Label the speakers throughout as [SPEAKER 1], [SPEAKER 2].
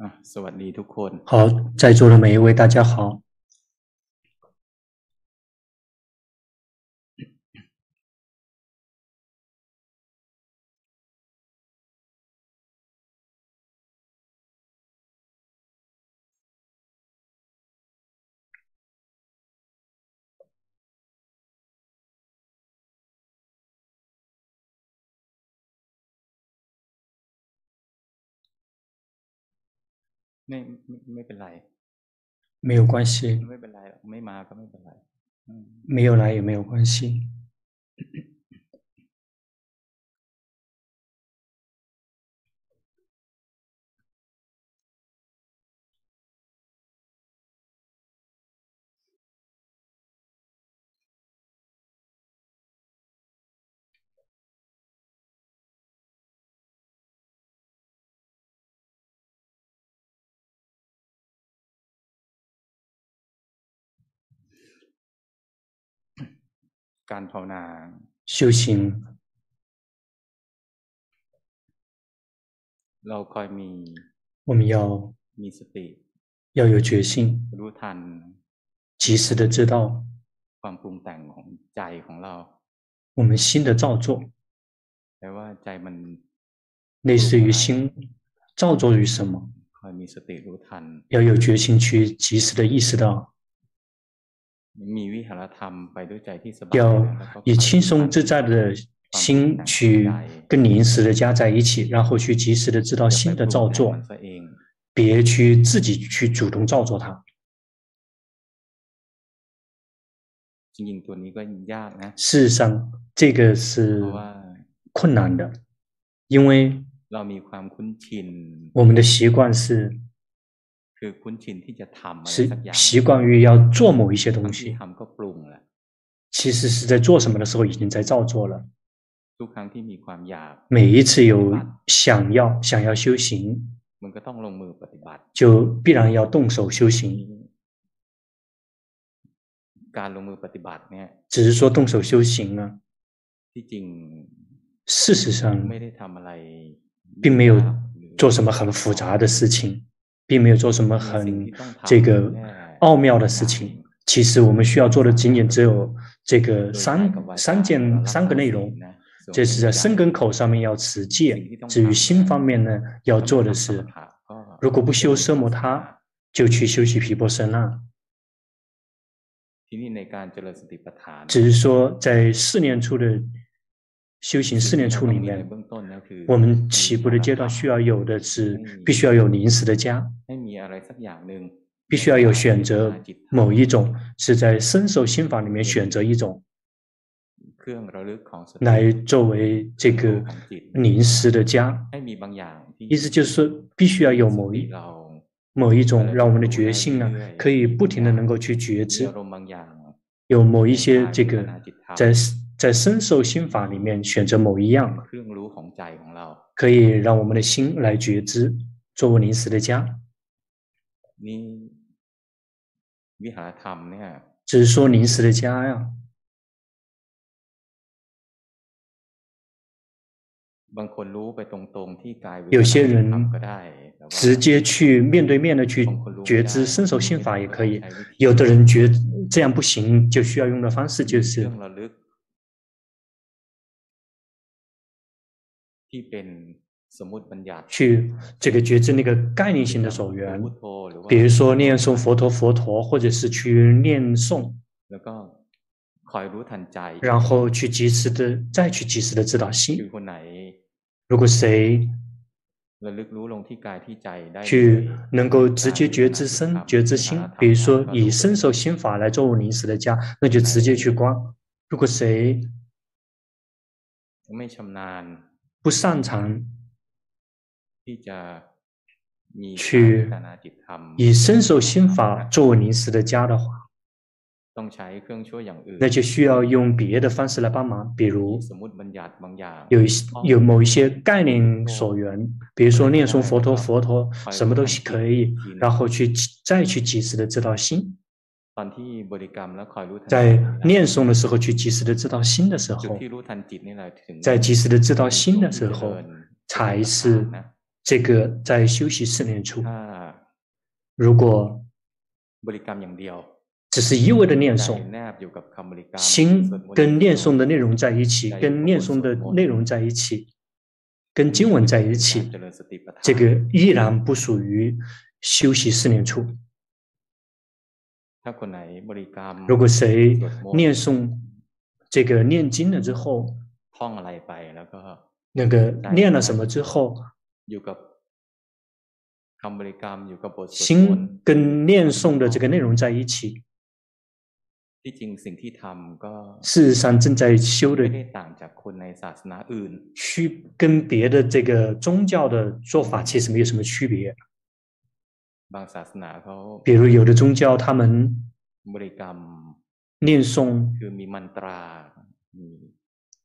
[SPEAKER 1] อ่ะสวัสดีทุกคน
[SPEAKER 2] 好，在座的每一位，大家好。
[SPEAKER 1] ไม่ไม่ไม่เป็นไร
[SPEAKER 2] 没有关系，
[SPEAKER 1] ไม่เป็นไรหรอกไม่มาก็ไม่เป็นไรอืม
[SPEAKER 2] 没有来也没有关系。
[SPEAKER 1] การภาวนา
[SPEAKER 2] 修行，
[SPEAKER 1] เราคอยมี
[SPEAKER 2] 我们要
[SPEAKER 1] มีสติ
[SPEAKER 2] 要有决心，
[SPEAKER 1] รู้ทัน
[SPEAKER 2] 及时的知道
[SPEAKER 1] ความปรุงแต่งของใจของเรา
[SPEAKER 2] 我们心的造作，
[SPEAKER 1] แปลว่าใจมัน
[SPEAKER 2] 类似于心造作于什么，
[SPEAKER 1] คอยมีสติรู้ทัน
[SPEAKER 2] 要有决心去及时的意识到，
[SPEAKER 1] มีวิหารธรรมไปด้วยใจที่สบาย
[SPEAKER 2] 要
[SPEAKER 1] แล้วก็
[SPEAKER 2] 以轻松自在的心去跟临时的加在一起，然后去及时的知
[SPEAKER 1] อ
[SPEAKER 2] 道
[SPEAKER 1] ย่าไป
[SPEAKER 2] 心的造
[SPEAKER 1] ปรุงแต่ง
[SPEAKER 2] 作
[SPEAKER 1] มัน，ซะเอง
[SPEAKER 2] 别去自己去主动造作它。
[SPEAKER 1] จริงๆตัวนี้ก็ยากนะ
[SPEAKER 2] 事实上，这个是
[SPEAKER 1] เพราะว่า
[SPEAKER 2] 困难的，因为
[SPEAKER 1] เรามีความคุ้นชิน
[SPEAKER 2] 我们的习惯是
[SPEAKER 1] คือคุ้นชินที่จะทำอะไร
[SPEAKER 2] 习
[SPEAKER 1] สักอย่าง
[SPEAKER 2] 习惯于要做某一些
[SPEAKER 1] บา
[SPEAKER 2] 东
[SPEAKER 1] งที่
[SPEAKER 2] 西，
[SPEAKER 1] ทำก็ปรุงแหละ
[SPEAKER 2] 其实是在做什么的时候已经在照做了。
[SPEAKER 1] ทุกครั้งที่มีความอยาก
[SPEAKER 2] 每一次有想要想要修行，
[SPEAKER 1] มันก็ต้องลงมือปฏิบัติ
[SPEAKER 2] 就必然要动手修行。
[SPEAKER 1] การลงมือปฏิบัติเนี่ย
[SPEAKER 2] 只是说动手修行呢，
[SPEAKER 1] ที่จริง
[SPEAKER 2] 事实上
[SPEAKER 1] ไม่ได้ทำอะไร
[SPEAKER 2] 并没有
[SPEAKER 1] ยากหรือ
[SPEAKER 2] 做什么很复杂的事情，并没有做什么
[SPEAKER 1] มีสิ่ง
[SPEAKER 2] 很
[SPEAKER 1] ที่ต้องทำ
[SPEAKER 2] 这个
[SPEAKER 1] แค่
[SPEAKER 2] 奥妙的事情。其实我们需要做的仅仅只有这个
[SPEAKER 1] โดย
[SPEAKER 2] 三
[SPEAKER 1] กายกับวาจา
[SPEAKER 2] 三
[SPEAKER 1] เรา
[SPEAKER 2] 件
[SPEAKER 1] รั
[SPEAKER 2] 三个
[SPEAKER 1] ษา
[SPEAKER 2] 内
[SPEAKER 1] ศีล
[SPEAKER 2] 容，
[SPEAKER 1] นะส่วน
[SPEAKER 2] 这是
[SPEAKER 1] วิญญา
[SPEAKER 2] 在
[SPEAKER 1] ณ
[SPEAKER 2] 生根口上面要持戒
[SPEAKER 1] สิ่งที่ต้。อง
[SPEAKER 2] 至于
[SPEAKER 1] ทำ
[SPEAKER 2] 心方面呢，要做的
[SPEAKER 1] ทำ
[SPEAKER 2] 是
[SPEAKER 1] สมถะก็
[SPEAKER 2] 如果不修
[SPEAKER 1] จะ
[SPEAKER 2] 奢摩
[SPEAKER 1] เป็นวิปัสส
[SPEAKER 2] 他
[SPEAKER 1] นา ，
[SPEAKER 2] 就去修习毗婆舍那。
[SPEAKER 1] ที่นี่ในการเจริญสติปัฏฐาน
[SPEAKER 2] 只是说，在四念处的修行四
[SPEAKER 1] สิ่
[SPEAKER 2] 念
[SPEAKER 1] งที่
[SPEAKER 2] 处
[SPEAKER 1] เรา
[SPEAKER 2] 里
[SPEAKER 1] ต้องมีใน
[SPEAKER 2] 面，
[SPEAKER 1] เบื้องต้นนะคือ
[SPEAKER 2] 我们起步的阶段
[SPEAKER 1] มี
[SPEAKER 2] 需要有的是
[SPEAKER 1] ให้มี
[SPEAKER 2] 必须要有临时的家，
[SPEAKER 1] ให้มีอะไรสักอย่างหนึ่ง
[SPEAKER 2] 必须要有选择
[SPEAKER 1] ในการพิจารณาจิต
[SPEAKER 2] 某一种，是在深受心法里面选择一种
[SPEAKER 1] เครื่องระลึกของสติ
[SPEAKER 2] 来作为这个
[SPEAKER 1] ของจิต
[SPEAKER 2] 临时的家。
[SPEAKER 1] ให้มีบางอย่างที่
[SPEAKER 2] 意思就是说，必须要有某
[SPEAKER 1] สติ
[SPEAKER 2] 一
[SPEAKER 1] เรา
[SPEAKER 2] 某一种让我们的觉性呢，可以不停的能够去觉
[SPEAKER 1] มี
[SPEAKER 2] 知
[SPEAKER 1] อารมณ์บางอย่าง
[SPEAKER 2] 有某一些这个
[SPEAKER 1] ในารพิจารณาจิตธรรม
[SPEAKER 2] 在在深受心法里面选择某一样，
[SPEAKER 1] เครื่องรู้ของใจของเรา
[SPEAKER 2] 可以让我们的心来觉知，作为临时的家。
[SPEAKER 1] นี่วิหารธรรมเนี่ย
[SPEAKER 2] 只是说临时的家呀，
[SPEAKER 1] บางคนรู้ไปตรงๆที่กายเวท
[SPEAKER 2] 有
[SPEAKER 1] นา
[SPEAKER 2] 些人
[SPEAKER 1] ธรรมก็ได้แต่ว่า
[SPEAKER 2] 直接去面对面的去
[SPEAKER 1] บางคนรู้ไม่
[SPEAKER 2] 觉
[SPEAKER 1] ได้
[SPEAKER 2] 知伸手心法也可以
[SPEAKER 1] ใช้。วิธี
[SPEAKER 2] 有的人觉这样不行，就需要用的方式就
[SPEAKER 1] เค
[SPEAKER 2] 是
[SPEAKER 1] รื่องระลึก ที่เป็นสมมติบัญญัติ
[SPEAKER 2] 去这个觉知那个概念性的手缘，
[SPEAKER 1] พุทโธหรือว่า
[SPEAKER 2] 比如说念诵佛陀佛陀，或者是去念诵，
[SPEAKER 1] แล้วก็คอยรู้ทันใจ
[SPEAKER 2] 然后去及时的再去及时的指导
[SPEAKER 1] คือ
[SPEAKER 2] 心。
[SPEAKER 1] คนไหน
[SPEAKER 2] 如果谁
[SPEAKER 1] ระลึกรู้ลงที่กายที่ใจได้
[SPEAKER 2] 去
[SPEAKER 1] เลย
[SPEAKER 2] 能够直接觉知身、觉知心。比如说以伸手心法来作为临时的家，那就直接去观。如果谁
[SPEAKER 1] ไม่ชำนาญ
[SPEAKER 2] 不擅长
[SPEAKER 1] ที่จะมี
[SPEAKER 2] 去
[SPEAKER 1] การพิจารณาจิตธรรม
[SPEAKER 2] 以伸手心法作为临时的家的话，
[SPEAKER 1] ต้องใช้เครื่องช่วยอย่างอื่น
[SPEAKER 2] 那就需要用别的方式来帮忙，比如
[SPEAKER 1] สมมติบัญญัติบางอย่าง
[SPEAKER 2] 有一些有某一些概念所缘，比如说哦念诵啊佛陀佛陀，什么东西可以，哎然后去再去及时的知道心，
[SPEAKER 1] ตอนที่บริกรรมแล้วคอยรู้ทัน
[SPEAKER 2] 在
[SPEAKER 1] จิต
[SPEAKER 2] 念诵的时候去及时的知道心的时
[SPEAKER 1] จุด
[SPEAKER 2] 候，
[SPEAKER 1] ที่รู้ทันจิตนี่แหละถึง
[SPEAKER 2] 在及时的知道心的
[SPEAKER 1] ถึง
[SPEAKER 2] 时
[SPEAKER 1] ช่ว
[SPEAKER 2] 候
[SPEAKER 1] งที่เจริญ。
[SPEAKER 2] 才是
[SPEAKER 1] นะ
[SPEAKER 2] 这个在修习四念处，
[SPEAKER 1] ถ้า
[SPEAKER 2] 如果
[SPEAKER 1] บริกรรมอย่างเดียว
[SPEAKER 2] 只是一味的念
[SPEAKER 1] ใจ
[SPEAKER 2] 诵，
[SPEAKER 1] แนบอยู่กับคำบริกรรม
[SPEAKER 2] 心
[SPEAKER 1] สวดมนต์
[SPEAKER 2] 跟念诵的内容在一起，
[SPEAKER 1] ใจ
[SPEAKER 2] 跟念诵的
[SPEAKER 1] อยู่กับ
[SPEAKER 2] 内
[SPEAKER 1] บท
[SPEAKER 2] 容在一起，跟经文在一
[SPEAKER 1] การ
[SPEAKER 2] 起
[SPEAKER 1] เจ，ริญสติปัฏฐาน
[SPEAKER 2] 这个依然不属于修习四念处。
[SPEAKER 1] ถ้าคนไหนบริกรรม
[SPEAKER 2] 如果谁
[SPEAKER 1] สวดมนต์
[SPEAKER 2] 念诵这个念经了之后，
[SPEAKER 1] ท่องอะไรไปแล้วก็
[SPEAKER 2] 那个念了什么之后，
[SPEAKER 1] อยู่กับคำบริกรรมอยู่กับบทสวดมนต์
[SPEAKER 2] 心跟念诵的这个内容在一起，
[SPEAKER 1] ที่จริงสิ่งที่ทำก็
[SPEAKER 2] 事实上正在修的
[SPEAKER 1] ไม่ได้ต่างจากคนในศาสนาอื่น
[SPEAKER 2] 区跟别的这个宗教的做法其实没有什么区别。
[SPEAKER 1] บางศาสนาเขา
[SPEAKER 2] 比如有的宗教他们
[SPEAKER 1] บริกรรม
[SPEAKER 2] 念诵
[SPEAKER 1] คือมีมันตรา มี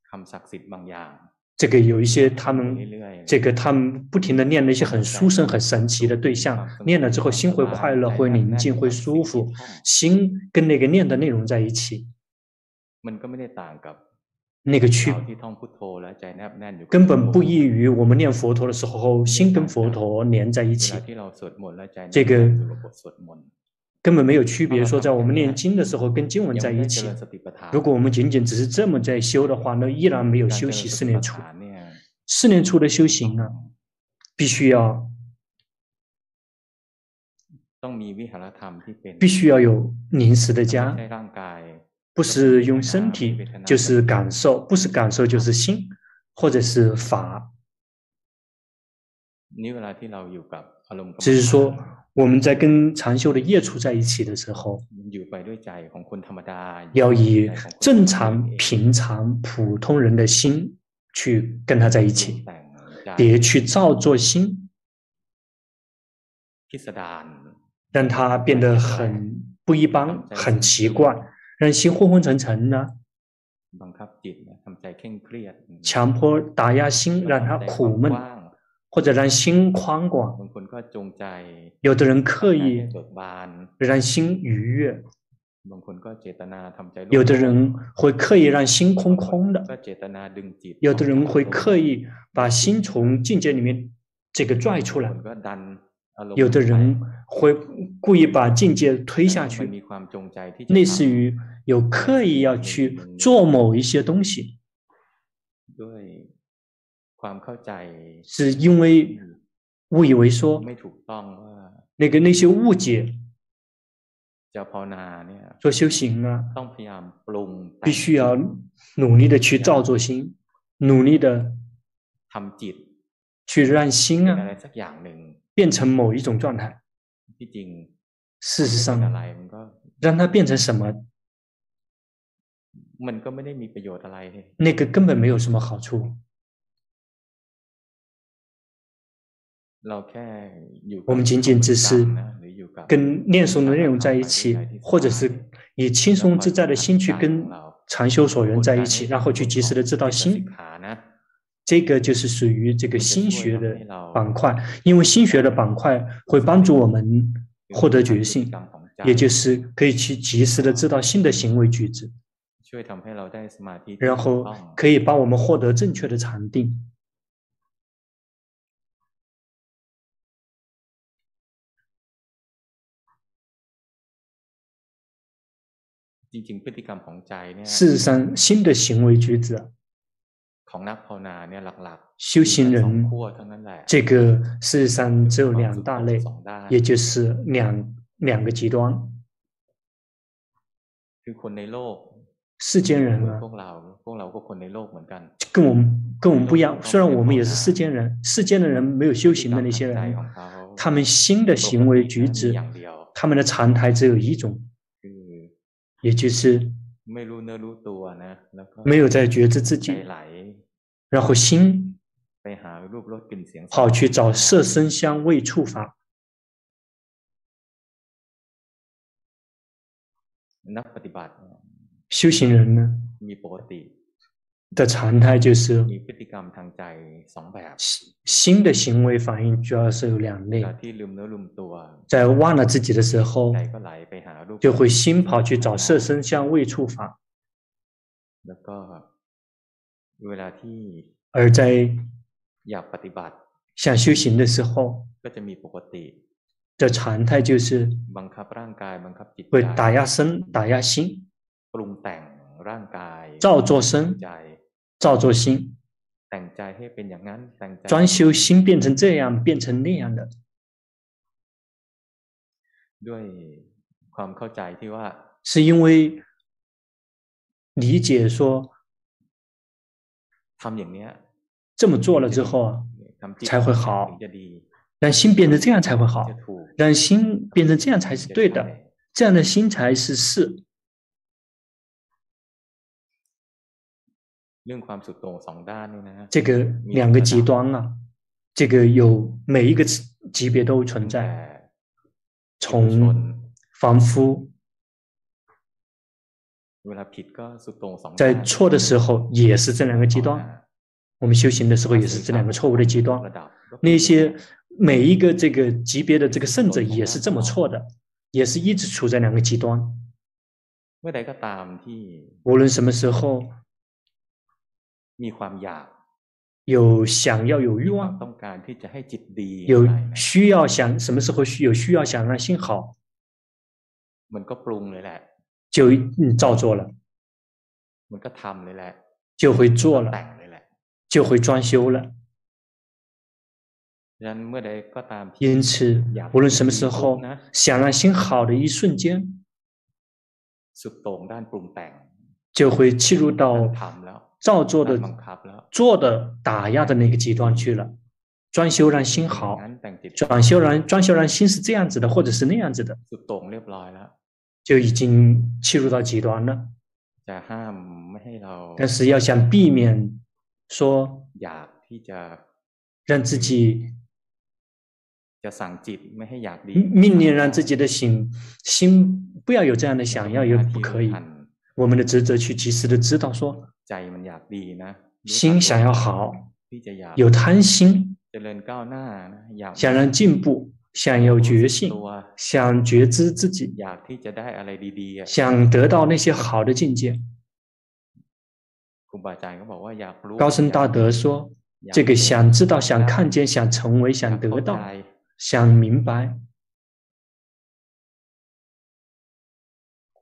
[SPEAKER 1] คำศักดิ์สิทธิ์บางอย่าง
[SPEAKER 2] 这个有一些他们
[SPEAKER 1] เรื่อยๆ
[SPEAKER 2] 这个他们不停的念了一些很殊胜、很神奇的对象，念了之后心会快乐、会宁静、会舒服，心跟那个念的内容在一起，
[SPEAKER 1] มันก็ไม่ได้ต่างกับ
[SPEAKER 2] 那个区
[SPEAKER 1] เราที่ท่องพุทโธแล้วใจแนบแน่นอยู่กับ
[SPEAKER 2] 根本
[SPEAKER 1] พุทโธ
[SPEAKER 2] 不异于我们念佛陀的时候，心跟佛陀连在一
[SPEAKER 1] เว
[SPEAKER 2] 起
[SPEAKER 1] ลา，ที่เราสวดมนต์แล้วใจแนบ
[SPEAKER 2] 这个
[SPEAKER 1] แน่นอยู่กับบทสวดมนต์
[SPEAKER 2] 根本没有区别。说在我们念经的时候跟经文
[SPEAKER 1] ยัง
[SPEAKER 2] 在
[SPEAKER 1] ไม่
[SPEAKER 2] 一
[SPEAKER 1] ได้เจ
[SPEAKER 2] 起
[SPEAKER 1] ริญ，สติปัฏฐาน
[SPEAKER 2] 如果我们仅仅只是这么在修的话，那依然没有
[SPEAKER 1] การเจ
[SPEAKER 2] 修
[SPEAKER 1] ริญ
[SPEAKER 2] 习
[SPEAKER 1] ส
[SPEAKER 2] 四
[SPEAKER 1] ติ
[SPEAKER 2] 念
[SPEAKER 1] ปัฏ
[SPEAKER 2] 处。
[SPEAKER 1] ฐานเนี่ย
[SPEAKER 2] 四念处的修行啊，必须要
[SPEAKER 1] ต้องมีวิหารธรรมที่เป็น
[SPEAKER 2] 必须要有临时的
[SPEAKER 1] ไม่
[SPEAKER 2] 家
[SPEAKER 1] ใช่，ร่างกาย
[SPEAKER 2] 不是用身体就是感受，不是感受就是心，或者是法。
[SPEAKER 1] นี่เวลาที่เราอยู่กับอารมณ์กรรม
[SPEAKER 2] 只是说
[SPEAKER 1] ฐาน
[SPEAKER 2] 我们在跟禅修的业处在一起的时候，
[SPEAKER 1] มันอยู่ไปด้วยใจของคนธรรมดา
[SPEAKER 2] 要以
[SPEAKER 1] ใจของคน
[SPEAKER 2] 正
[SPEAKER 1] ธรรม
[SPEAKER 2] 常
[SPEAKER 1] ดาเอง
[SPEAKER 2] 平常普通人的心去跟他在一起，
[SPEAKER 1] แต่งใจ
[SPEAKER 2] 别去造作心，
[SPEAKER 1] พิสดาร
[SPEAKER 2] 让它变得很不一般、很奇怪，让心昏昏沉沉呢、
[SPEAKER 1] บังคับจิตนะทำใจเคร่งเครียด
[SPEAKER 2] 强迫打压心，让它
[SPEAKER 1] ใจ
[SPEAKER 2] 苦闷
[SPEAKER 1] ก，ว้าง
[SPEAKER 2] 或者让心宽广。
[SPEAKER 1] บางคนก็จงใจ
[SPEAKER 2] 有的人刻
[SPEAKER 1] ทำใจ
[SPEAKER 2] 意
[SPEAKER 1] ให้เบิกบาน
[SPEAKER 2] 让心愉悦，
[SPEAKER 1] บางคนก็เจตนาทำใจโลภ
[SPEAKER 2] 有的人会刻意让心空
[SPEAKER 1] บาง
[SPEAKER 2] 空
[SPEAKER 1] คน
[SPEAKER 2] 的，
[SPEAKER 1] ก็เจตนาดึงจิต
[SPEAKER 2] 有的人会
[SPEAKER 1] ออกจาก
[SPEAKER 2] 刻意把心从境界里面这个拽出来
[SPEAKER 1] บาง，คนก็ดันอารมณ์
[SPEAKER 2] 有的人会故意把境界推下
[SPEAKER 1] มันมี
[SPEAKER 2] 去，
[SPEAKER 1] ความจงใจที่จะ
[SPEAKER 2] 类似
[SPEAKER 1] ท
[SPEAKER 2] 于有刻意要去做某一些东西，
[SPEAKER 1] ำด้วยความเข้าใจ
[SPEAKER 2] 是因为误以为说
[SPEAKER 1] ไม่ถูกต้องว่า
[SPEAKER 2] 那个那些误解
[SPEAKER 1] จะภาวนาเนี่ย
[SPEAKER 2] 说修行啊，
[SPEAKER 1] ต้องพยายามปรุงแต่ง
[SPEAKER 2] 必须要努力的去造作心，努力的
[SPEAKER 1] ทำจิต
[SPEAKER 2] 去让心
[SPEAKER 1] เป็นอะไร
[SPEAKER 2] 啊
[SPEAKER 1] สักอย่างหนึ่ง
[SPEAKER 2] 变成某一种状态。
[SPEAKER 1] ที่จริง
[SPEAKER 2] 嗯事实
[SPEAKER 1] เป็นอะไร
[SPEAKER 2] 上，
[SPEAKER 1] มันก็
[SPEAKER 2] 让它变成什么，
[SPEAKER 1] มันก็ไม่ได้มีประโยชน์อะไร
[SPEAKER 2] 那个根本没有什么好处。
[SPEAKER 1] เราแค่อยู่กับ
[SPEAKER 2] 我们仅仅只是
[SPEAKER 1] ความรู้สึกนะหรืออยู่กับ
[SPEAKER 2] 跟念诵的内容在一起，或者是以轻松自在的心去跟禅修所缘在一起，然后去及时的知道心，这个就是属于这个心学的板块。因为心学的板块会帮助我们获得觉性，也就是可以去及时的知道心的行为举止，
[SPEAKER 1] ช่วยทำให้เราได้สมาธิที่
[SPEAKER 2] 然后
[SPEAKER 1] ถูกต้อง
[SPEAKER 2] 可以帮我们获得正确的禅定。
[SPEAKER 1] จริง ๆ พฤติกรรมของใจเนี่ย
[SPEAKER 2] 事实上，新的行为举止啊，
[SPEAKER 1] ของนักภาวนาเนี่ยหลักๆ
[SPEAKER 2] 修行
[SPEAKER 1] มีแต่สอง
[SPEAKER 2] 人
[SPEAKER 1] ขั้วเท่านั้นแหละ
[SPEAKER 2] 这个事实上只有两大类，
[SPEAKER 1] สองด้าน
[SPEAKER 2] 也就是两两个极端。
[SPEAKER 1] คือคนในโลก
[SPEAKER 2] 世间人啊
[SPEAKER 1] พ，วกเราพวกเราก็คนในโลกเหมือนกัน
[SPEAKER 2] 跟我们跟我们不一样。虽然我们也是世间人，世间的人没有修行的那些
[SPEAKER 1] พฤติ
[SPEAKER 2] 人
[SPEAKER 1] กรรมทางใจของ，เขา
[SPEAKER 2] 他们新的行为举止
[SPEAKER 1] มีอย่างเดียว
[SPEAKER 2] 他们的常态只有一种，
[SPEAKER 1] คือ
[SPEAKER 2] 也就是
[SPEAKER 1] ไม่รู้เนื้อรู้ตัว
[SPEAKER 2] 啊
[SPEAKER 1] นะ แล้วก็
[SPEAKER 2] 没有在觉知自
[SPEAKER 1] ใจ
[SPEAKER 2] 己，
[SPEAKER 1] ไหล
[SPEAKER 2] 然后心
[SPEAKER 1] ไปหารูปรสกลิ่นเสียง
[SPEAKER 2] 跑去找色身香味触法。
[SPEAKER 1] นักปฏิบัติเนี่ย
[SPEAKER 2] 修行人呢
[SPEAKER 1] มีปกติ
[SPEAKER 2] 的常态就是
[SPEAKER 1] มีพฤติกรรมทางใจสองแบบ
[SPEAKER 2] 新新的行为反应主要是有两
[SPEAKER 1] เว
[SPEAKER 2] 类
[SPEAKER 1] ลา，ที่ลืมเนื้อลืมตัว
[SPEAKER 2] 在忘了自己的时候
[SPEAKER 1] ใจ，ก็ไหลไปหารูป
[SPEAKER 2] 就会心跑去找色身香味触法；
[SPEAKER 1] แล้วก็ เวลาที่
[SPEAKER 2] 而在
[SPEAKER 1] อยากปฏิบัติ
[SPEAKER 2] 想修行的时候，
[SPEAKER 1] ก็จะมีปกติ
[SPEAKER 2] 的常态就是
[SPEAKER 1] บังคับร่างกายบังคับจิต
[SPEAKER 2] 会
[SPEAKER 1] ใจ
[SPEAKER 2] 打压身、打压心、
[SPEAKER 1] ปรุงแต่งร่างกาย
[SPEAKER 2] 造作身
[SPEAKER 1] ใจ
[SPEAKER 2] 造作心，
[SPEAKER 1] แต่งใจให้เป็นอย่างนั้นแต่งใจ
[SPEAKER 2] 专修心变成这样，变成那样的，
[SPEAKER 1] ด้วยความเข้าใจที่ว่า
[SPEAKER 2] 是因为理解说
[SPEAKER 1] ทำอย่างเนี้ย
[SPEAKER 2] 这么做了之后啊，
[SPEAKER 1] ทำจิต
[SPEAKER 2] 才会好
[SPEAKER 1] ถึงจะดี
[SPEAKER 2] 让心变成这样才会好
[SPEAKER 1] จะ，ถูก
[SPEAKER 2] 让心变成这样才是
[SPEAKER 1] จะ
[SPEAKER 2] 对
[SPEAKER 1] ใช่
[SPEAKER 2] 的，这样的心才是是。
[SPEAKER 1] เรื่องความสุดโต่งสองด้านนี่นะฮะ
[SPEAKER 2] 这个
[SPEAKER 1] 你
[SPEAKER 2] 两个
[SPEAKER 1] 看
[SPEAKER 2] 极
[SPEAKER 1] 到
[SPEAKER 2] 端啊，这个有每一个级级别都存
[SPEAKER 1] แต่
[SPEAKER 2] 在，
[SPEAKER 1] เยาวชน
[SPEAKER 2] 从凡夫
[SPEAKER 1] เวลาผิดก็สุดโต่งสองด้าน
[SPEAKER 2] 在错的时候也是这两个极端，我们修行的时候也是这两个错误的极端。
[SPEAKER 1] ระดับก็
[SPEAKER 2] 那些每一个这个级别的这个圣者也是这么错的，也是一直处在两个极端。
[SPEAKER 1] เมื่อใดก็ตามที่
[SPEAKER 2] 无论什么时候
[SPEAKER 1] มีความอยาก
[SPEAKER 2] 有想要有欲
[SPEAKER 1] มีความ
[SPEAKER 2] 望，
[SPEAKER 1] ต้องการที่จะให้จิตดี
[SPEAKER 2] 有
[SPEAKER 1] อะไรนะ
[SPEAKER 2] 需要想什么时候需有需要想让心好，
[SPEAKER 1] มันก็ปรุงเลยแหละ
[SPEAKER 2] 就嗯照做了，
[SPEAKER 1] มันก็ทำเลยแหละ
[SPEAKER 2] 就会做了，
[SPEAKER 1] แต่งเลยแหละ
[SPEAKER 2] 就会装修了。
[SPEAKER 1] ฉะนั้นเมื่อใดก็ตามที่
[SPEAKER 2] 因此
[SPEAKER 1] อยาก，
[SPEAKER 2] 无论什么时候
[SPEAKER 1] นะ
[SPEAKER 2] 想让心好的一瞬间，
[SPEAKER 1] สุดโต่งด้านปรุงแต่ง
[SPEAKER 2] 就会切入
[SPEAKER 1] ด้า
[SPEAKER 2] 到
[SPEAKER 1] นทำแล้ว
[SPEAKER 2] 照做
[SPEAKER 1] ด้า
[SPEAKER 2] 的
[SPEAKER 1] นบังคับแล้ว
[SPEAKER 2] 做的打压的那个极端去了。装修让心好，
[SPEAKER 1] งั้นแต่งจิต
[SPEAKER 2] 装修让装修让心是这样子的，或者是那样子的，
[SPEAKER 1] สุดโต่งเรียบร้อยแล้ว
[SPEAKER 2] 就已经切入到极端了。
[SPEAKER 1] จะห้ามไม่ให้เรา
[SPEAKER 2] 但是要想避免说
[SPEAKER 1] อยากที่จะ
[SPEAKER 2] 让自己
[SPEAKER 1] จะสั่งจิตไม่ให้อยากดี
[SPEAKER 2] 命命令让自己的心心不要有这样的想要，也
[SPEAKER 1] เราต้อ
[SPEAKER 2] 不
[SPEAKER 1] ง
[SPEAKER 2] 可
[SPEAKER 1] มี
[SPEAKER 2] 以
[SPEAKER 1] หน้าที่รู้ทัน
[SPEAKER 2] 我们的职责去及时的知道说
[SPEAKER 1] ใจมันอยากดีนะรู้
[SPEAKER 2] 心想要好，
[SPEAKER 1] ที่จะอยาก
[SPEAKER 2] 有贪心。
[SPEAKER 1] เจริญก้าวหน้านะอยาก
[SPEAKER 2] 想让进步，想有决心，
[SPEAKER 1] ตัว
[SPEAKER 2] 想觉知自己，
[SPEAKER 1] อยากที่จะได้อะไรดีๆอะ
[SPEAKER 2] 想得到那些好的境界。
[SPEAKER 1] ครูบาอาจารย์ก็บอกว่าอยากรู้
[SPEAKER 2] 高僧大德说，这个想知道、想看见、想成为、
[SPEAKER 1] อยา
[SPEAKER 2] 想
[SPEAKER 1] ก
[SPEAKER 2] 得
[SPEAKER 1] เข้า
[SPEAKER 2] 到、
[SPEAKER 1] ใจ
[SPEAKER 2] 想明白，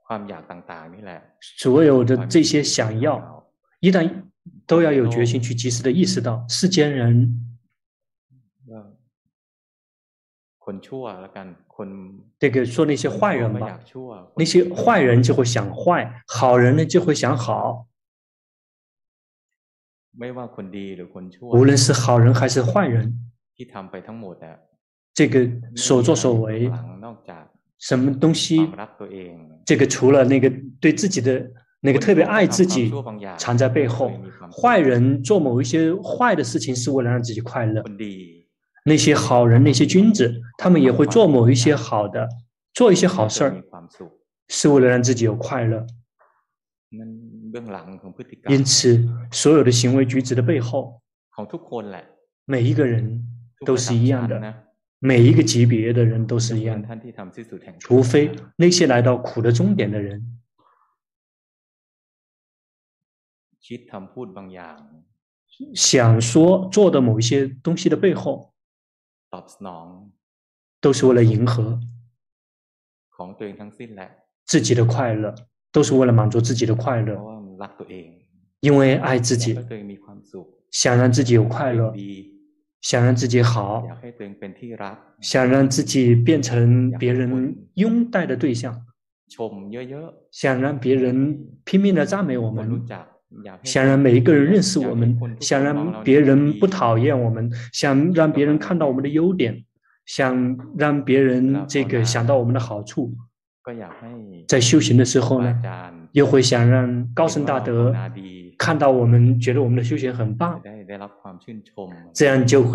[SPEAKER 1] ความอยากต่างๆนี่แหละ
[SPEAKER 2] 所有的
[SPEAKER 1] ความ
[SPEAKER 2] 这些
[SPEAKER 1] อยาก
[SPEAKER 2] 想
[SPEAKER 1] ของ
[SPEAKER 2] 要，
[SPEAKER 1] เรา
[SPEAKER 2] 一旦都要有决心去及时的意识到，世间人
[SPEAKER 1] ก็คนชั่วแล้วกัน คน
[SPEAKER 2] 这个说那些坏人
[SPEAKER 1] คนไม่อยา
[SPEAKER 2] 吧
[SPEAKER 1] ก，ชั่วคน
[SPEAKER 2] 那些坏人就会想坏，好人呢就会想好。
[SPEAKER 1] ไม่ว่าคนดีหรือคนชั่ว
[SPEAKER 2] 无论是好人还是坏人，
[SPEAKER 1] ที่ทำไปทั้งหมดอะ
[SPEAKER 2] 这个
[SPEAKER 1] 嗯
[SPEAKER 2] 所作所
[SPEAKER 1] ไม่มี
[SPEAKER 2] 为
[SPEAKER 1] อะไรอยู่ข้างหลังนอกจาก
[SPEAKER 2] 什么东
[SPEAKER 1] ค
[SPEAKER 2] 西
[SPEAKER 1] วามรักตัวเอง
[SPEAKER 2] 这个除了那个对自己的那个特别爱自
[SPEAKER 1] ค
[SPEAKER 2] 己
[SPEAKER 1] นชั่วบางอย่าง
[SPEAKER 2] 藏在背后
[SPEAKER 1] ไม่มีความ，
[SPEAKER 2] 坏人做某一些坏的事情是为了让自己快乐
[SPEAKER 1] ค。นดี
[SPEAKER 2] 那些好人、那些君子，他们也会做某一些好的，做一些好事
[SPEAKER 1] ก็
[SPEAKER 2] 儿
[SPEAKER 1] มี，ความสุข
[SPEAKER 2] 是为了让自己有快乐。
[SPEAKER 1] นั่นเบื้องหลังของพฤติกรร
[SPEAKER 2] 因
[SPEAKER 1] ม
[SPEAKER 2] 此，所有的行为举止的背后，
[SPEAKER 1] ของทุกคนแหละ
[SPEAKER 2] 每一个人都是一样
[SPEAKER 1] ทุกระดับชั้น
[SPEAKER 2] 的，
[SPEAKER 1] นะ
[SPEAKER 2] 每一个级别的人都是一
[SPEAKER 1] ยก
[SPEAKER 2] 样
[SPEAKER 1] เว้น
[SPEAKER 2] 的，
[SPEAKER 1] ท่านที่ทำที่สุดแห่งทุกข์
[SPEAKER 2] 除非那些来到苦的终点的人，
[SPEAKER 1] คิดทำพูดบางอย่าง
[SPEAKER 2] 想说做的某一些东西的背后，
[SPEAKER 1] ตอบสนอง
[SPEAKER 2] 都是为了迎合
[SPEAKER 1] ของตัวเองทั้งสิ้นแหละ
[SPEAKER 2] 自己的快乐，都是为了满足自己的快
[SPEAKER 1] เพ
[SPEAKER 2] 乐
[SPEAKER 1] ราะ，ว่ามันรักตัวเอง
[SPEAKER 2] 因为爱自
[SPEAKER 1] อยาก
[SPEAKER 2] 己
[SPEAKER 1] ให้，ตัวเองมีความสุข
[SPEAKER 2] 想让自己有快乐，
[SPEAKER 1] ดี
[SPEAKER 2] 想让自己好
[SPEAKER 1] อย，ากให้ตัวเองเป็นที่รัก
[SPEAKER 2] 想让自己变成别人拥戴的对象，
[SPEAKER 1] ชมเยอะ
[SPEAKER 2] 想让别人拼命的赞美我
[SPEAKER 1] ๆคนรู้
[SPEAKER 2] 们，
[SPEAKER 1] จัก อยากให้
[SPEAKER 2] 想让每一个人认识我们
[SPEAKER 1] อยากให้คนทุก，คน
[SPEAKER 2] 想
[SPEAKER 1] ม
[SPEAKER 2] 让
[SPEAKER 1] อ
[SPEAKER 2] 别
[SPEAKER 1] เรา
[SPEAKER 2] 人
[SPEAKER 1] ดี
[SPEAKER 2] 不讨厌我们，想让别人看到我们的优点，想让别人这个想到我们的好处。
[SPEAKER 1] ก็อยากให้
[SPEAKER 2] 在修行的时候呢
[SPEAKER 1] อา，จารย์
[SPEAKER 2] 又会想让高僧大
[SPEAKER 1] เห็
[SPEAKER 2] 德
[SPEAKER 1] นว่าเราภาวนาดี
[SPEAKER 2] 看到我们，觉得我们的修行很
[SPEAKER 1] จะ
[SPEAKER 2] 棒，
[SPEAKER 1] ได้ได้รับความชื่นชม
[SPEAKER 2] 这样就会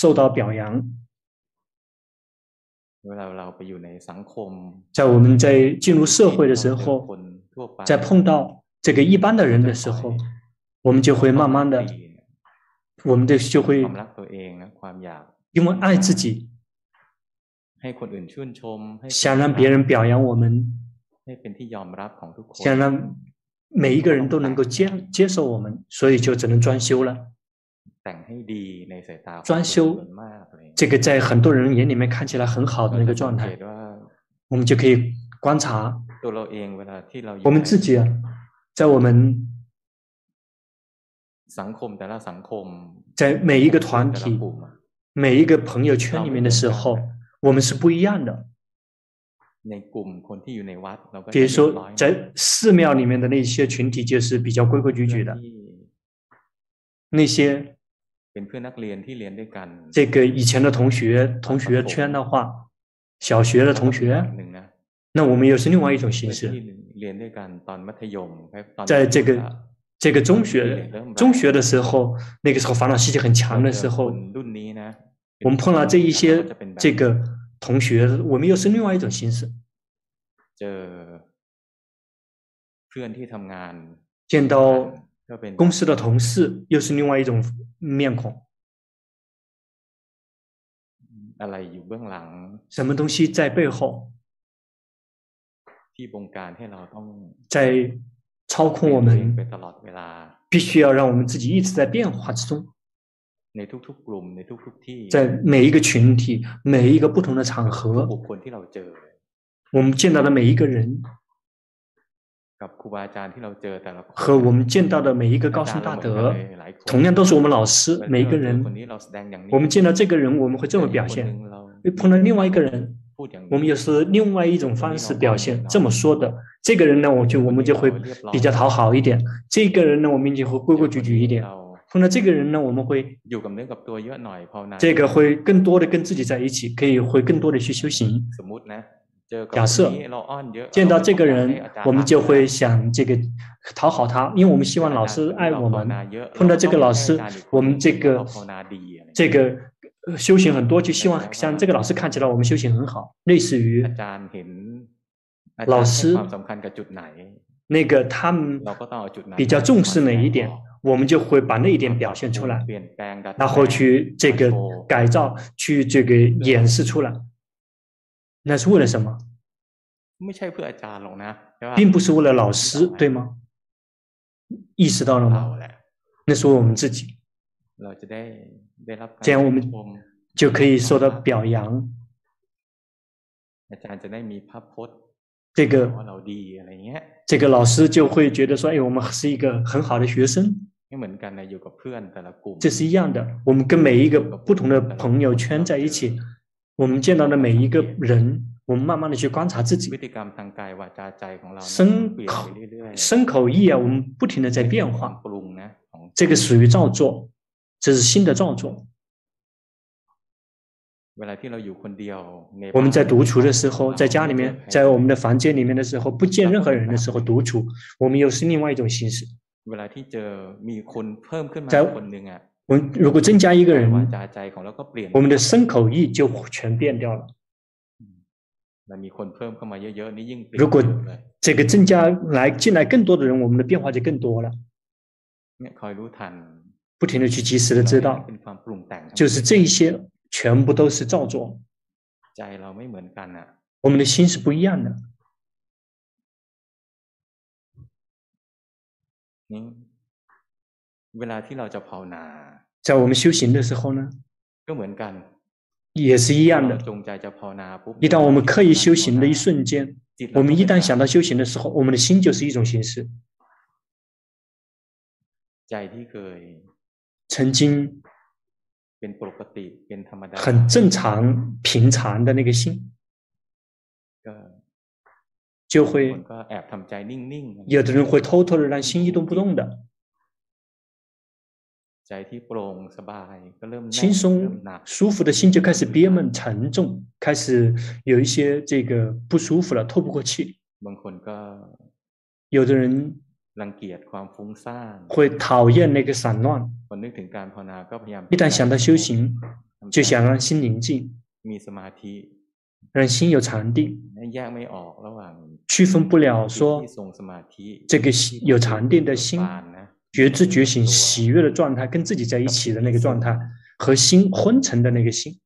[SPEAKER 2] 受到表扬。
[SPEAKER 1] เวลาเราไปอยู่ในสังคม
[SPEAKER 2] 在我们在进入社会的时
[SPEAKER 1] เจอค
[SPEAKER 2] 候
[SPEAKER 1] น，ทั่วไป
[SPEAKER 2] 在碰到这个一般的人的时候，我们就会慢慢的，我们的就会
[SPEAKER 1] ความรักตัวเองนะความอยาก
[SPEAKER 2] 因为爱自己，
[SPEAKER 1] ให้คนอื่นชื่นชมให้
[SPEAKER 2] 想让别人表扬我们，
[SPEAKER 1] ให้เป็นที่ยอมรับของทุกคน
[SPEAKER 2] 想让每一个人都能够接接受我们，所以就只能装修了。专修，这个在很多人眼里面看起来很好的那个状态，我们就可以观察我们自己啊，在我们在每一个团体、每一个朋友圈里面的时候，我们是不一样的。比如说，在寺庙里面的那些群体，就是比较规规矩矩的，那些。这个以前的同学同学圈的话，小学的同学，那我们又是另外一种形式。在这个这个中学中学的时候，那个时候烦恼习气很强的时候，我们碰到这一些这个同学，我们又是另外一种形式。见到公司的同事，又是另外一种。面孔，什么东西在背后，在操控我们，必须要让我们自己一直在变化之中。在每一个群体、每一个不同的场合，我们见到的每一个人，和我们见到的每一个高僧大德。同样都是我们老师，每一个人，我们见到这个人，我们会这么表现；碰到另外一个人，我们又是另外一种方式表现。这么说的，这个人呢，我就我们就会比较讨好一点；这个人呢，我们就会规规矩矩一点；碰到这个人呢，我们会这个会更多的跟自己在一起，可以会更多的去修行。假设见到这个人，我们就会想这个讨好哎他，因为我们希望老师爱我们。碰到这个老师，我们这个这个呃修行很多，就希望像这个老师看起来我们修行很好，类似于老师那个他们比较重视哪一点，我们就会把那一点表现出来，然后去这个改造，去这个演示出来。那是为了什么？并不是啊为了老师，对吗？意识到了吗？那是为我们自己，这样我们就可以受到表扬。这个这个老师就会觉得说：“哎，我们是一个很好的学生。”这是一样的，我们跟每一个不同的朋友圈在一起。我们见到的每一个人，我们慢慢的去观察自己，身口身口意啊，我们不停的在变化，这个属于造作，这是新的造作。我们在独处的时候，在家里面，在我们的房间里面的时候，不见任何人的时候独处，我们又是另外一种形式。在我们如果增加一个人，我们的身口意就全变掉了。如果这个增加来进来更多的人，我们的变化就更多了。不停的去及时的知道，就是这一些全部都是造作。我们的心是不一样的。
[SPEAKER 1] 嗯。
[SPEAKER 2] 在我们修行的时候呢，也是一样的。一旦我们刻意修行的一瞬间，我们一旦想到修行的时候，我们的心就是一种形式。曾经很正常、平常的那个心，就会有的人会偷偷的让心一动不动的。轻松、舒服的心就开始憋闷、沉重，开始有一些这个不舒服了，透不过气。有的人会讨厌那个散乱。一旦想到修行，就想让心宁静，让心有禅定，啊区分不了说这个有禅定的心。觉知觉醒喜悦的状态，跟自己在一起的那个状态，和心昏沉的那个心，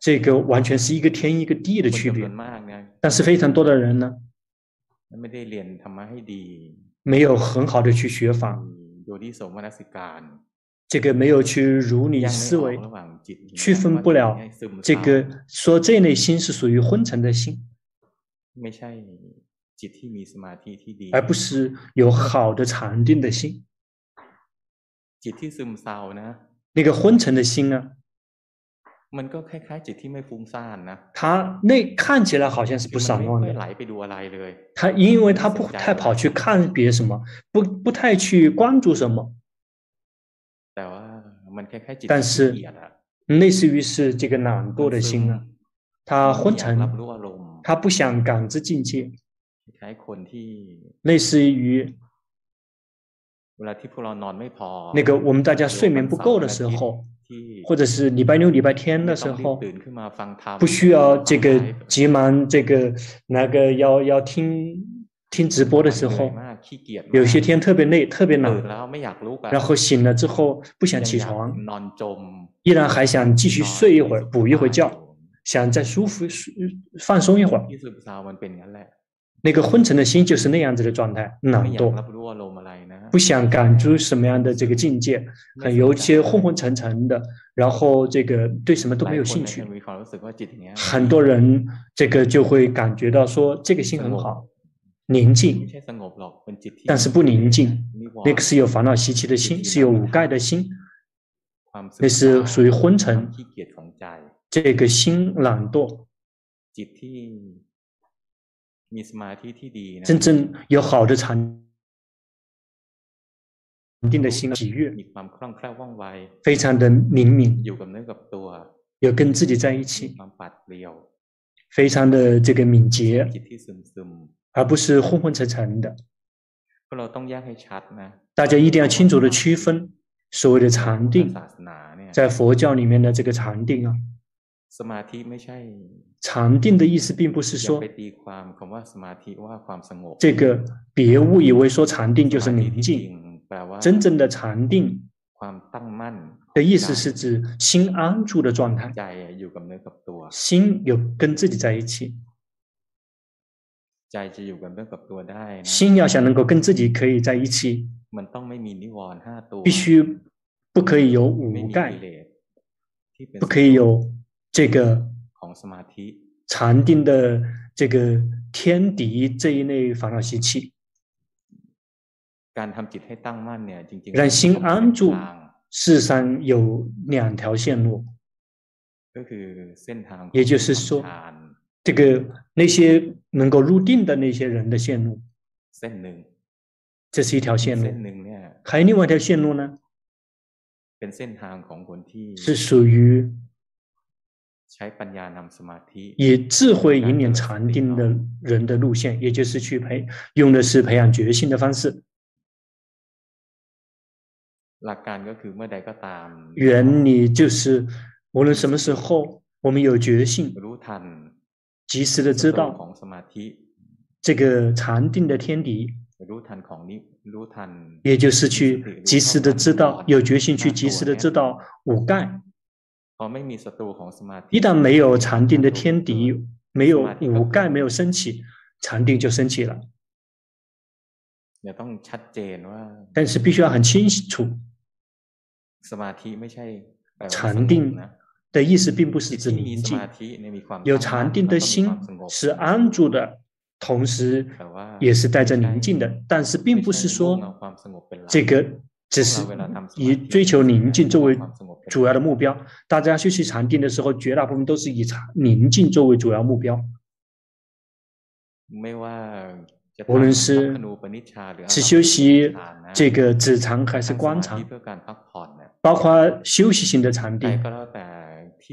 [SPEAKER 2] 这个完全是一个天一个地啊的区别。但是非常多的人呢，没有很好的去学法，这个没有去如理思维，区分不了这个说这类心是属于昏沉的心，而不是有好的禅定的心。那个昏沉的心啊，它那看起来好像是不散乱的，它因为它不太跑去看别什么，不不太去关注什么。但是，类似于是这个懒惰的心啊，他昏沉，他不想感知境界，类似于那个我们大家睡眠不够的时候，或者是礼拜六、礼拜天的时候，不需要这个急忙这个那个要要听。听直播的时候，有些天特别累，特别懒，嗯然后嗯醒了之后不想起床，依然还想继续睡一会儿，补一会觉，想再舒服放松一会儿。那个昏沉的心就是那样子的状态，懒惰，不想感知什么样的这个境界，很有些昏昏沉沉的，然后这个对什么都没有兴趣。很多人这个就会感觉到说这个心很好。宁静，但是不宁静。那个是有烦恼习气的心，是有五盖的心，那是属于昏沉。这个心懒惰，真正有好的禅定的心喜悦，非常的灵敏，有跟自己在一起，非常的这个敏捷。而不是昏昏沉沉的，大家一定要清楚的区分所谓的禅定，在佛教里面的这个禅定啊，禅定的意思并不是说这个别误以为说禅定就是宁
[SPEAKER 1] 嗯
[SPEAKER 2] 静，真正的禅定的意思是指心安住的状态，心有跟自己在一起。
[SPEAKER 1] 嗯
[SPEAKER 2] 心要想能够跟自己可以在一起，
[SPEAKER 1] 嗯
[SPEAKER 2] 必须不可以有五盖，不可以有这个禅定的这个天敌这一类烦恼习气。让心安住，世上有两条线路，也就是说。这个那些能够入定的那些人的线路，这是一条线路。还有另外一条线路呢，是属于以智慧引领禅定的人的路线，也就是去培用的是培养决心的方式。原理就是无论什么时候，我们有决心。及时的知
[SPEAKER 1] 嗯
[SPEAKER 2] 道这个禅定的天敌，也就是去及时的知道，有决心去及时的知道五盖。一旦没有禅定的天敌，
[SPEAKER 1] 嗯
[SPEAKER 2] 没有五盖没有升起，禅定就升起了。但是必须要很清楚，禅定。的意思并不是指宁静，有禅定的心是安住的，同时也是带着宁静的，但是并不是说这个只是以追求宁静作为主要的目标。大家学习禅定的时候，绝大部分都是以禅宁静作为主要目标。无论是是修习这个止禅还是观禅，包括休息型的禅定，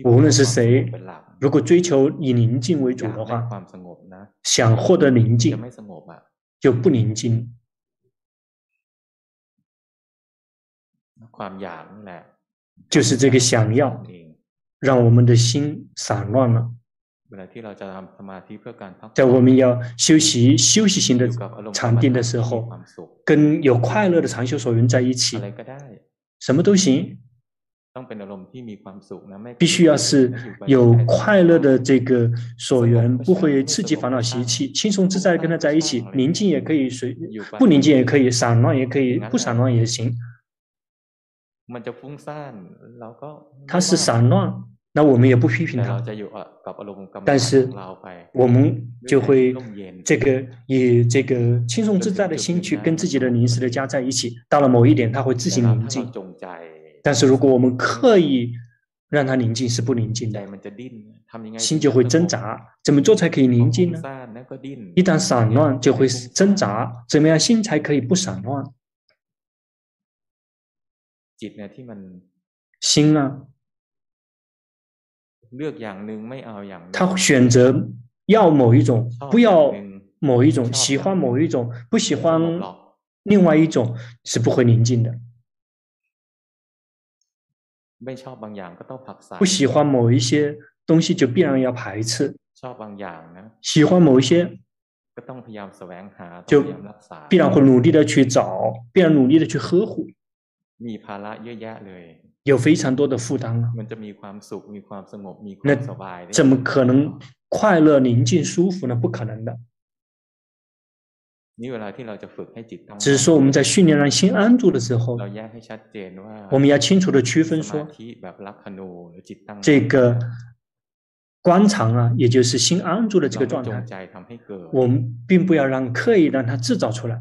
[SPEAKER 2] 无论是谁，如果追求以宁静为主的话，想获得宁静就不宁静。就是这个想要，让我们的心散乱了。在我们要修习休息型的禅定的时候，跟有快乐的禅修所缘在一起，什么都行，必须要是有快乐的这个所缘，不会刺激烦恼习气，轻松自在的跟他在一起，宁静也可以随，不宁静也可以，散乱也可以，不散乱也行。它是散乱，那我们也不批评它，但是我们就会这个以这个轻松自在的心去跟自己的临时的家在一起，到了某一点，它会自行宁静。但是如果我们刻意让它宁静，是不宁静的，心就会挣扎。怎么做才可以宁静呢？一旦散乱就会挣扎，怎么样心才可以不散乱？心啊，他选择要某一种，不要某一种，喜欢某一种，不喜欢另外一种，是不会宁静的。不喜欢某一些东西，就必然要排斥；喜欢某一些，就必然会努力的去找，必然努力的去呵护。有非常多的负担啊！那怎么可能快乐、宁静、舒服呢？不可能的。只是说我们在训练让心安住的时候，我们要清楚的区分说，这个观察啊，也就是心安住的这个状态，我们并不要让刻意让它制造出来，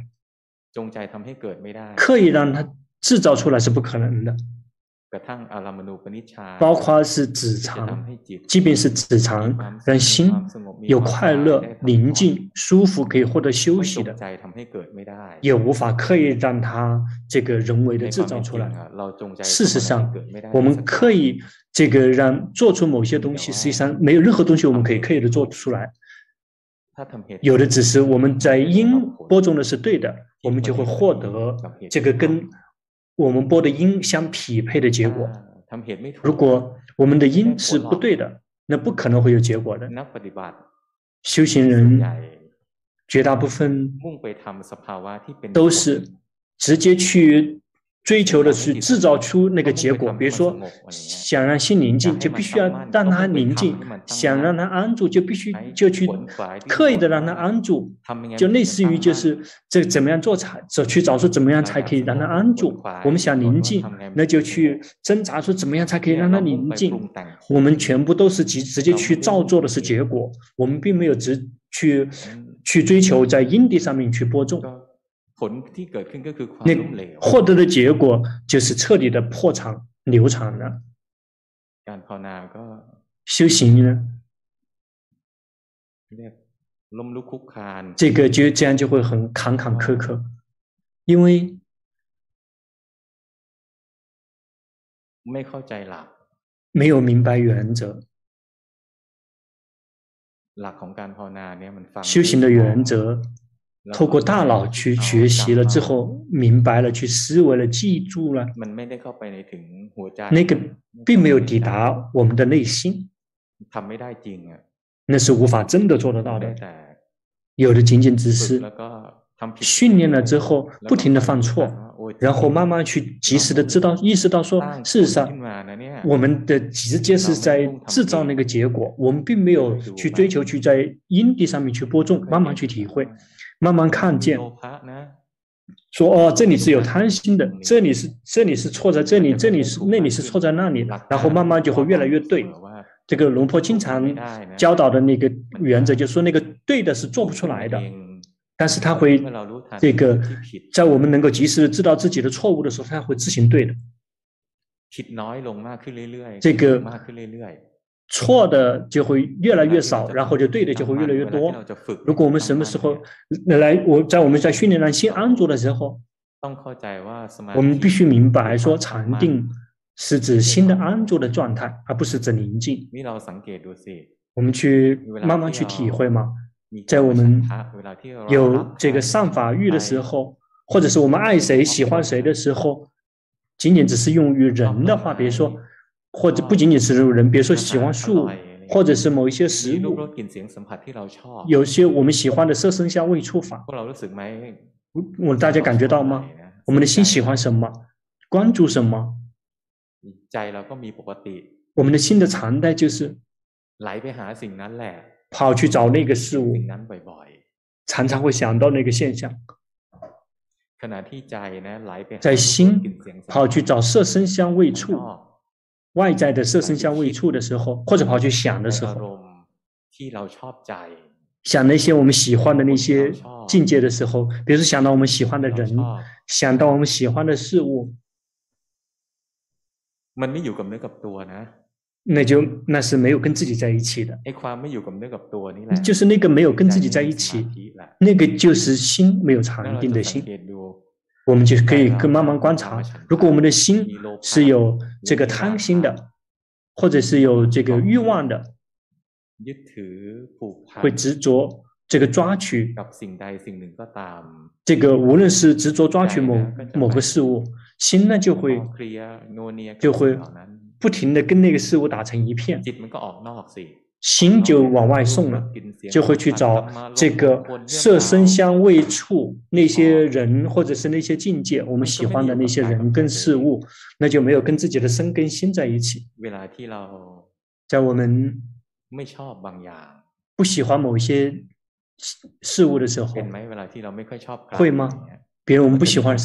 [SPEAKER 2] 刻意让它制造出来是不可能的。包括是子常，即便是子常，让心有快乐、宁静、舒服，可以获得休息的，也无法刻意让它这个人为的制造出来。事实上，我们刻意这个让做出某些东西，实际上没有任何东西我们可以刻意的做出来。有的只是我们在因播种的是对的，我们就会获得这个跟。我们播的因相匹配的结果，如果我们的因是不对的，那不可能会有结果的。修行人绝大部分啊都是直接去追求的是制造出那个结果，比如说想让心宁静，就必须要让它宁静；想让它安住，就必须就去刻意的让它安住，就类似于就是这怎么样做才找去找出怎么样才可以让它安住。哎我们想宁静，那就去挣扎出怎么样才可以让它宁静。我们全部都是直直接去照做的是结果，我们并没有直去去追求在因地上面去播种。那获得的结果就是彻底的破产、流产了。修行呢，这个就这样就会很坎坎坷坷，因为没有明白原则。修行的原则。透过大脑去学习了之后，明白了，去思维了，记住了，那个并没有抵达我们的内心，那是无法真的做得到的。有的仅仅只是训练了之后，不停的犯错，然后慢慢去及时的知道、意识到说，事实上我嗯们的直接是在制造那个结果，我们并没有去追求去在因地上面去播种，慢慢去体会。慢慢看见，说哦，这里是有贪心的，这里是这里是错在这里，这里是那里是错在那里，然后慢慢就会越来越对。这个龙婆经常教导的那个原则，就说那个对的是做不出来的，但是他会这个在我们能够及时知道自己的错误的时候，他会自行对的。这个。错的就会越来越少，然后就对的就会越来越多。如果我们什么时候来，我在我们在训练让心安住的时候，我们必须明白说禅定是指心的安住的状态，而不是指宁静。我们去慢慢去体会嘛，在我们有这个上法欲的时候，或者是我们爱谁、喜欢谁的时候，仅仅只是用于人的话，比如说。或者不仅仅是人，比如说喜欢树，或者是某一些食物，有些我们喜欢的色声香味触法，我大家感觉到吗？我们的心喜欢什么，关注什么，
[SPEAKER 1] ใจเราก็มีปกติ
[SPEAKER 2] 我们的心的常态就是
[SPEAKER 1] ไหลไปหาสิ่งนั้นแหละ
[SPEAKER 2] 跑去找那个事物
[SPEAKER 1] สิ่ง，นั้นบ่อย
[SPEAKER 2] 常常会想到那个现象，
[SPEAKER 1] ๆ ขณะที่ใจนะไหลไปหา
[SPEAKER 2] ใจ心
[SPEAKER 1] รูปกลิ่นเสียงสัมผัส
[SPEAKER 2] 跑去找色身香味触
[SPEAKER 1] ข้างนอก
[SPEAKER 2] 外在的色身香味触的时候，或者跑去想的时
[SPEAKER 1] อา
[SPEAKER 2] 候，
[SPEAKER 1] รมณ์ที่เราชอบใจ
[SPEAKER 2] 想那些我们喜欢的那些境界的时候，比如说想到我们喜欢的
[SPEAKER 1] เรา
[SPEAKER 2] 人，
[SPEAKER 1] ชอบ
[SPEAKER 2] 想到我们喜欢的事物，
[SPEAKER 1] มันไม่อยู่กับเนื้อกับตัวนะ
[SPEAKER 2] 那就那是没有跟自己在一起的，
[SPEAKER 1] ไอ้ความไม่อยู่กับเนื้อกับตัวนี่แหละ
[SPEAKER 2] 就是那个没有跟自己在
[SPEAKER 1] ใจ
[SPEAKER 2] 一
[SPEAKER 1] ไม่มีส
[SPEAKER 2] 起
[SPEAKER 1] มา，ธิแหละ
[SPEAKER 2] 那个就是心没有
[SPEAKER 1] แล้ว
[SPEAKER 2] 禅
[SPEAKER 1] เรา
[SPEAKER 2] 定
[SPEAKER 1] จะ
[SPEAKER 2] 的
[SPEAKER 1] สัง
[SPEAKER 2] 心
[SPEAKER 1] เก。ตดู
[SPEAKER 2] 我们就可以更慢慢观察，如哎果我们的心是有这个贪心的，或者是有这个欲望的，
[SPEAKER 1] ยึดถือผูกพัน
[SPEAKER 2] 会执着这个抓取，
[SPEAKER 1] กับสิ่งใดสิ่งหนึ่งก็ตาม
[SPEAKER 2] 这个无论是执着哦抓取某某个事物，心呢就会
[SPEAKER 1] พอเคลียร์นัวเนียกับ
[SPEAKER 2] 就会
[SPEAKER 1] สิ่งเหล่านั้น
[SPEAKER 2] 不停的跟那个事物打成一片，
[SPEAKER 1] จิตมันก็ออกนอกสิ
[SPEAKER 2] 心就往外送了，就会去找这个色身香味触那些人或者是那些境界，我们喜欢的哦那些人跟事物，那就没有跟自己的身跟心在一起，
[SPEAKER 1] เวลาที่เรา
[SPEAKER 2] 在我们。
[SPEAKER 1] ไม่ชอบบางอย่าง
[SPEAKER 2] 不喜欢某一些事事物的时候
[SPEAKER 1] เป็น，ไหมเวลาที่เราไม่ค่อยชอบใคร
[SPEAKER 2] 会吗
[SPEAKER 1] อย่างเงี้ย
[SPEAKER 2] 比如我们不喜欢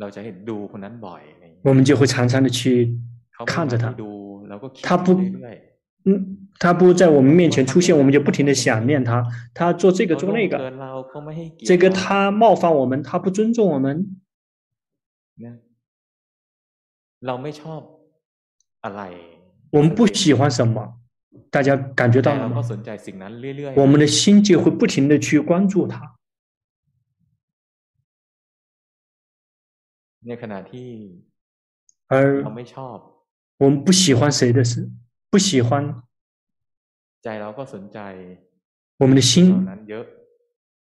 [SPEAKER 1] เราจะเห็น
[SPEAKER 2] 谁
[SPEAKER 1] คนนั้น，บ่อย
[SPEAKER 2] 我们就会常常想
[SPEAKER 1] เราจะเห็นดูคนนั้นบ่อยอะไรอย่างเงี้ย
[SPEAKER 2] 到谁，我们就会常常的去
[SPEAKER 1] เขา
[SPEAKER 2] 看着
[SPEAKER 1] ไม่
[SPEAKER 2] 他
[SPEAKER 1] มาให้。ดูเราก็คิด
[SPEAKER 2] 他不
[SPEAKER 1] ไปเรื่อย
[SPEAKER 2] 嗯，他不在我们面前出现，我们就不停的想念他。他做这个做那
[SPEAKER 1] เขาล่วงเกิ
[SPEAKER 2] 个，
[SPEAKER 1] นเราเขาไม่ให้เกียรติ
[SPEAKER 2] 这个他冒犯我们，他不尊重我们，
[SPEAKER 1] นะเราไม่ชอบอะไร
[SPEAKER 2] 我们不喜欢什么，大家感觉
[SPEAKER 1] แต่
[SPEAKER 2] 到了
[SPEAKER 1] เราก็
[SPEAKER 2] 吗？
[SPEAKER 1] สนใจสิ่งนั้นเรื่อย
[SPEAKER 2] 我们的心就会不停的去关注他。
[SPEAKER 1] ๆในขณะที่
[SPEAKER 2] 而
[SPEAKER 1] เราไม่ชอบ
[SPEAKER 2] 我们不喜欢谁的事，不喜欢
[SPEAKER 1] ใจเราก็สนใจ
[SPEAKER 2] 我们的
[SPEAKER 1] เหล่า
[SPEAKER 2] 心
[SPEAKER 1] นั้นเยอะ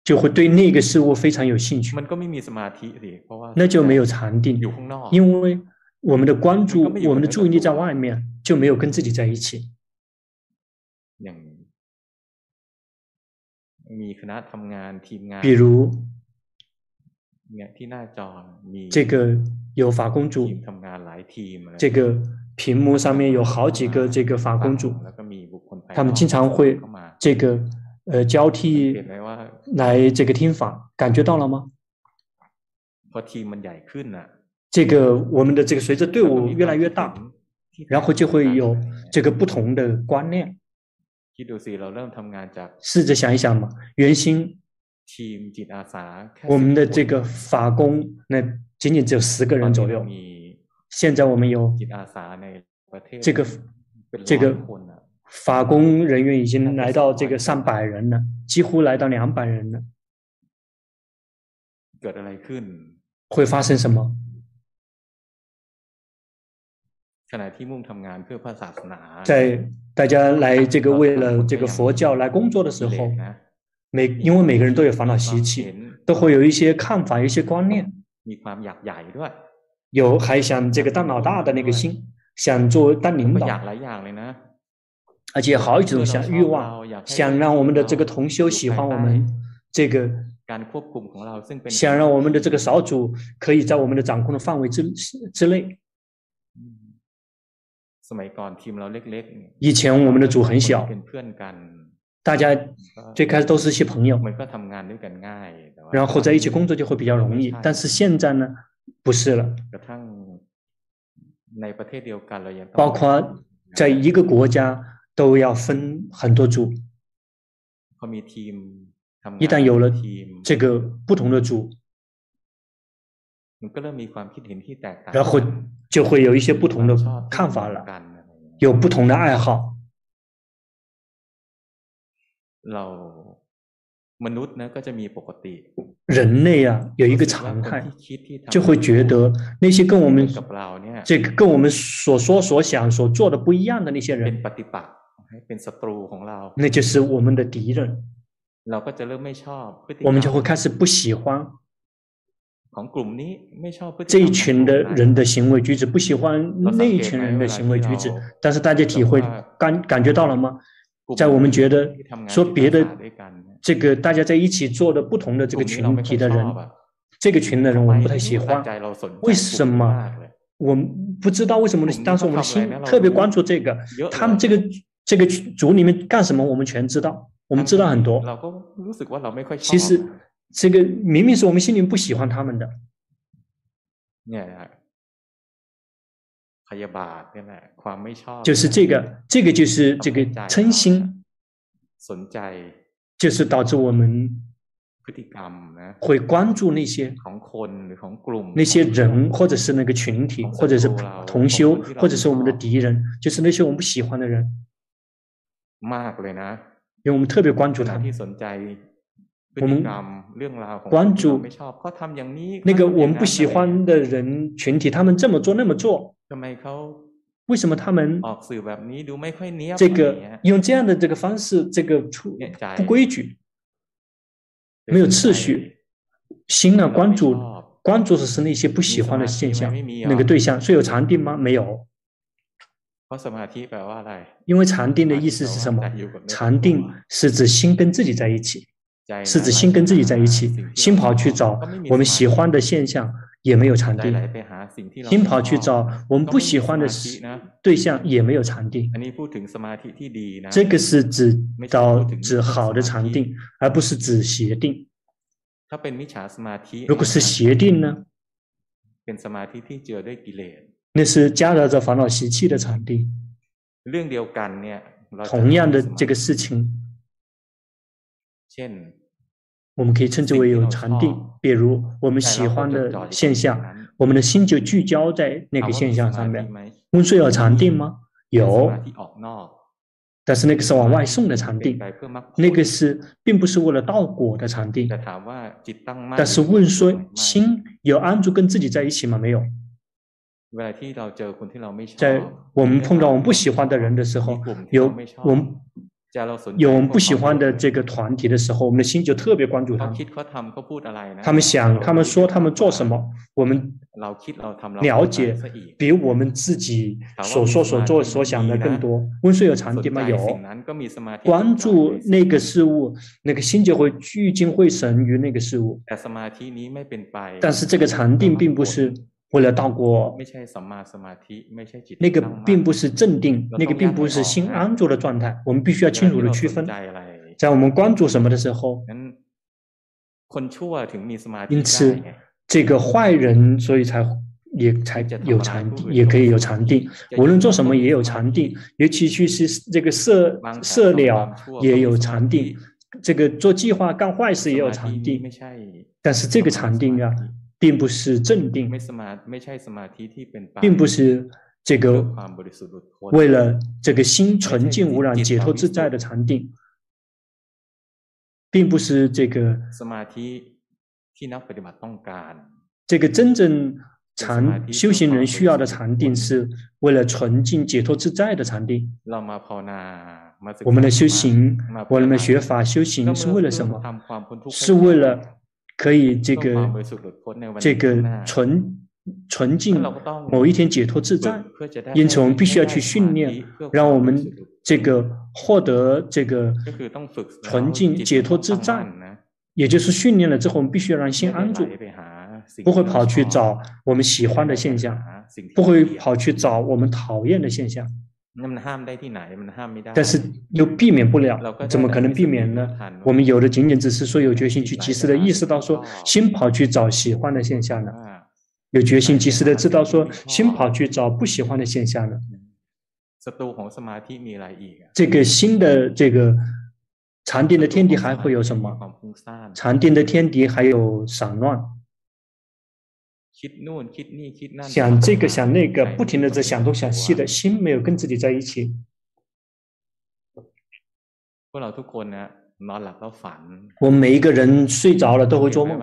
[SPEAKER 2] 就会对那个事物非常有兴趣
[SPEAKER 1] มั，นก็ไม่มีสมาธิสิเพราะว่า
[SPEAKER 2] 那就没有禅定
[SPEAKER 1] อ。ยู่ข้างนอก
[SPEAKER 2] 因为我们的关注
[SPEAKER 1] 你根啊本，就
[SPEAKER 2] 我们的
[SPEAKER 1] 不能
[SPEAKER 2] 注意力
[SPEAKER 1] 专注
[SPEAKER 2] 在外面，就没有跟自己在一起。
[SPEAKER 1] อย่างมีคณะทำงานทีมงาน
[SPEAKER 2] 比如
[SPEAKER 1] เนี่ยที่หน้าจอมี
[SPEAKER 2] 这个有法公主
[SPEAKER 1] ทีม，ทำงานหลายทีมอะไร
[SPEAKER 2] 这个屏幕上面有好几
[SPEAKER 1] 啊
[SPEAKER 2] 个这个法公主，
[SPEAKER 1] แล้วก็มีบุคคลภายนอก
[SPEAKER 2] 他们经常会
[SPEAKER 1] เข้ามา
[SPEAKER 2] 这个呃交
[SPEAKER 1] เห็
[SPEAKER 2] 替
[SPEAKER 1] นไหมว่า
[SPEAKER 2] 来这个听法，感觉到了吗？
[SPEAKER 1] พอทีมมันใหญ่ขึ้นน่ะ
[SPEAKER 2] 这个我们的这个随着队
[SPEAKER 1] มัน
[SPEAKER 2] 伍
[SPEAKER 1] มี
[SPEAKER 2] 越来越
[SPEAKER 1] ควา
[SPEAKER 2] 大
[SPEAKER 1] ม，คิดถึงที่
[SPEAKER 2] 然后就
[SPEAKER 1] ต่า
[SPEAKER 2] 会
[SPEAKER 1] ง
[SPEAKER 2] 有
[SPEAKER 1] ๆอะไรเงี้ย
[SPEAKER 2] 这个不同的观念。
[SPEAKER 1] คิดดูสิเราเริ่มทำงานจาก
[SPEAKER 2] 试着想一想嘛，原先
[SPEAKER 1] ทีมจิตอาสาแค่
[SPEAKER 2] 我们的
[SPEAKER 1] 10
[SPEAKER 2] 这个法工那仅仅只有十个
[SPEAKER 1] คนตอน
[SPEAKER 2] 人
[SPEAKER 1] นี้
[SPEAKER 2] 左
[SPEAKER 1] เรา
[SPEAKER 2] 右，
[SPEAKER 1] มี
[SPEAKER 2] 现在我们有
[SPEAKER 1] จิตอาสาในประเทศ
[SPEAKER 2] 这个
[SPEAKER 1] เป็น
[SPEAKER 2] 这个
[SPEAKER 1] ร้อยคนน่ะ
[SPEAKER 2] 法工人员已经来到这个
[SPEAKER 1] 上
[SPEAKER 2] 上
[SPEAKER 1] 百
[SPEAKER 2] 百人了，几乎来到两百人了。
[SPEAKER 1] เกิดอะไรขึ้น
[SPEAKER 2] 会发生什么？
[SPEAKER 1] ขณะที่มุ่งทำงานเพื่อพระศาสนา
[SPEAKER 2] 在大家来这个为了这个佛教来工作的时
[SPEAKER 1] กิเล
[SPEAKER 2] 候
[SPEAKER 1] ส，นะ
[SPEAKER 2] 每因为每个人都有烦恼习
[SPEAKER 1] เห็
[SPEAKER 2] 气，
[SPEAKER 1] น
[SPEAKER 2] 都会有一些看法、一些观念，
[SPEAKER 1] มีความอยากใหญ่ด้วย
[SPEAKER 2] 有还想这个当老大的那个心，想做当领
[SPEAKER 1] ก็อยาก
[SPEAKER 2] 导，
[SPEAKER 1] หลายอย่างเลยนะ
[SPEAKER 2] 而且好几种想欲
[SPEAKER 1] เรา
[SPEAKER 2] 望，
[SPEAKER 1] อยากให้
[SPEAKER 2] 想让我们的这个同修喜欢我们，这个
[SPEAKER 1] การควบคุมของเราซึ่งเป็น
[SPEAKER 2] 想让我们的这个少主可以在我们的掌控的范围之之内。
[SPEAKER 1] อืมสมัยก่อนทีมเราเล็กๆเนี่ย
[SPEAKER 2] 以前我们的组很小
[SPEAKER 1] คนที่，เป็นเพื่อนกัน
[SPEAKER 2] 大家
[SPEAKER 1] ก็
[SPEAKER 2] 最开始都是一些朋友，
[SPEAKER 1] มันก็ทำงานด้วยกันง่ายแต่ว่า
[SPEAKER 2] 然后在一起工作就会比较容易。但是现在呢，不是了，
[SPEAKER 1] กระทั่งในประเทศเดียวกันเรายังต้อง
[SPEAKER 2] 包括在一个国家都要分很多组，
[SPEAKER 1] พอมีทีมทำงาน
[SPEAKER 2] 一旦有了
[SPEAKER 1] ทีม
[SPEAKER 2] 这个不同的组，
[SPEAKER 1] มันก็เริ่มมีความคิดเห็นที่แตกต่าง
[SPEAKER 2] 然后就会有一些不同的看法了，
[SPEAKER 1] กันอะไรอย่างเงี้ย
[SPEAKER 2] 有不同的爱好。
[SPEAKER 1] เรามนุษย์นะก็จะมีปกติ
[SPEAKER 2] 人类啊，有一个常
[SPEAKER 1] ว่าคน
[SPEAKER 2] 态，
[SPEAKER 1] ที่คิดที่ทำ
[SPEAKER 2] 就会觉得那些跟我们
[SPEAKER 1] กับเราเนี่ย
[SPEAKER 2] 这个跟我们所说、所想、所做的不一样的那些
[SPEAKER 1] เป็น
[SPEAKER 2] 人，
[SPEAKER 1] ปฏิปักษ์เป็นศัตรูของเรา
[SPEAKER 2] 那就是我们的敌人。
[SPEAKER 1] เราก็จะเริ่มไม่ชอบพฤติกร
[SPEAKER 2] 我们就
[SPEAKER 1] ร
[SPEAKER 2] 会
[SPEAKER 1] ม
[SPEAKER 2] 开始不喜欢
[SPEAKER 1] ของกลุ่มนี้ไม่ชอบพฤติกรรม
[SPEAKER 2] 这一群的
[SPEAKER 1] ของกลุ่ม
[SPEAKER 2] 人的行为举止，不喜欢
[SPEAKER 1] เราสั
[SPEAKER 2] 那
[SPEAKER 1] ง
[SPEAKER 2] 一
[SPEAKER 1] เกต
[SPEAKER 2] 群
[SPEAKER 1] ไหม
[SPEAKER 2] 人的
[SPEAKER 1] เวลา
[SPEAKER 2] 行为
[SPEAKER 1] ที่
[SPEAKER 2] 举
[SPEAKER 1] เรา
[SPEAKER 2] 止。但是大家体会感感觉到了吗？
[SPEAKER 1] กลุ่ม
[SPEAKER 2] 在我们觉得
[SPEAKER 1] ที่ทำงาน
[SPEAKER 2] 说别
[SPEAKER 1] ที่ทำงา
[SPEAKER 2] 的
[SPEAKER 1] นด้วยกันเนี่ย
[SPEAKER 2] 这个大家在一起做的不同的这个群体的
[SPEAKER 1] กลุ่มนี้เราไม่ค่อยช
[SPEAKER 2] 人
[SPEAKER 1] อบ，อะ
[SPEAKER 2] 这个群的人我们不太喜欢，为什么？我不知道为什么当时我们的心特别关注这个，他们这个这个组里面干什么，我们全知道，我们嗯知道很多。其实这个明明是我们心里不喜欢他们的。就是这个，这个就是这个嗔心，就是导致我们会关注那些那些人，或者是那个群体，或者是同修，或者是我们的敌人，就是那些我们不喜欢的人，因为我们特别关注他们。我们关注那个我们不喜欢的人群体，他们这么做那么做，为什么他们这个用这样的这个方式，这个出不规矩，没有次序？心啊，关注关注的是那些不喜欢的现象，那个对象，是有禅定吗？没有，因为禅定的意思是什么？禅定是指心跟自己在一起。是指心跟自己在一起，心跑去找我们喜欢的现象，也没有禅定；心跑去找我们不喜欢的哎对象，也没有禅定。这个是指到指好的禅定，而不是指邪定。如果是邪定呢？那是夹杂着烦恼习气的禅定。同样的啊这个事情。我们可以称之为有禅定，比如我们喜欢的现象，我们的心就聚焦在
[SPEAKER 1] 啊
[SPEAKER 2] 那个现象上面。温水有禅定吗？有，但是那个是往外送的禅定，那个是并不是为了道果的禅定。但是问说心有安住跟自己在一起吗？没有。在我们碰到我们不喜欢的人的时候，有我们。有我们不喜欢的这个团体的时候，我们的心就特别关注他们。他们想，他们说，他们做什么，我们了解比我们自己所说、所做、所想的更多。温水有禅定吗？有。关注那个事物，那个心就会聚精会神于那个事物。但是这个禅定并不是。为了到过，那个并不是镇定，那个并不是心安住的状态。我们必须要清楚的区分，在我们关注什么的时候，因此这个坏人，所以才也才有禅定，也可以有禅定。无论做什么也有禅定，尤其去是这个色色鸟也有禅定，这个做计划干坏事也有禅定，但是这个禅定啊。并不是镇定，并不是这个为了这个心纯净无染、解脱自在的禅定，并不是这个这个真正禅修行人需要的禅定，是为了纯净解脱自在的禅定。我们的修行，我们的学法修行是为了什么？是为了。可以这个这个纯纯净，某一天解脱自在，因此我们必须要去训练，让我们这个获得这个纯净解脱自在，也就是训练了之后，我们必须要让心安住，不会跑去找我们喜欢的现象，不会跑去找我们讨厌的现象。但是又避免不了，怎么可能避免呢？我们有的仅仅只是说有决心去及时的意识到说，心跑去找喜欢的现象呢；有决心及时的知道说，心跑去找不喜欢的现象呢。这个新的这个禅定的天敌还会有什么？禅定的天敌还有散乱。想这个想那个，不停的在想东想西的，心没有跟自己在一起。我们每一个人睡着了都会做梦，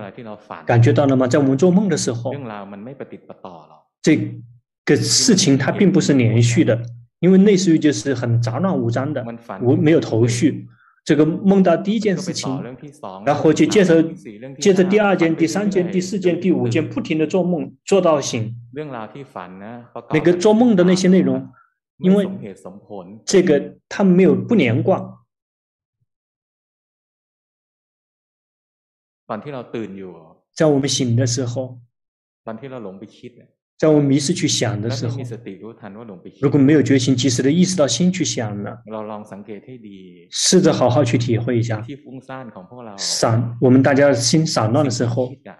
[SPEAKER 2] 感觉到了哦吗？在我们做梦的时候，这个事情它并不是连续的，因为类似于就是很杂乱无章的，无没有头绪。这个梦到第一件事情，然后就接着接着第二件、第三件、第四件、第五件，不停的做梦，做到醒。那个做梦的那些内容，因为这个他们没有不连贯。在我们醒的时候，
[SPEAKER 1] ตอนที่เราหลงไปคิดเนี่ย
[SPEAKER 2] 在我们迷失去想的
[SPEAKER 1] แล้วไม่
[SPEAKER 2] 时候
[SPEAKER 1] มี，สติรู้ทันว่าหลงไปคิด
[SPEAKER 2] 如果没有觉醒，及时的意识到心去想了，
[SPEAKER 1] เราลองสังเกตให้ดี
[SPEAKER 2] 试着好好去体会一下，
[SPEAKER 1] ที่ฟุ้งซ่านของพวกเรา
[SPEAKER 2] 散我们大家心散乱的时
[SPEAKER 1] สิ่ง
[SPEAKER 2] 候
[SPEAKER 1] ที่，คิดอะ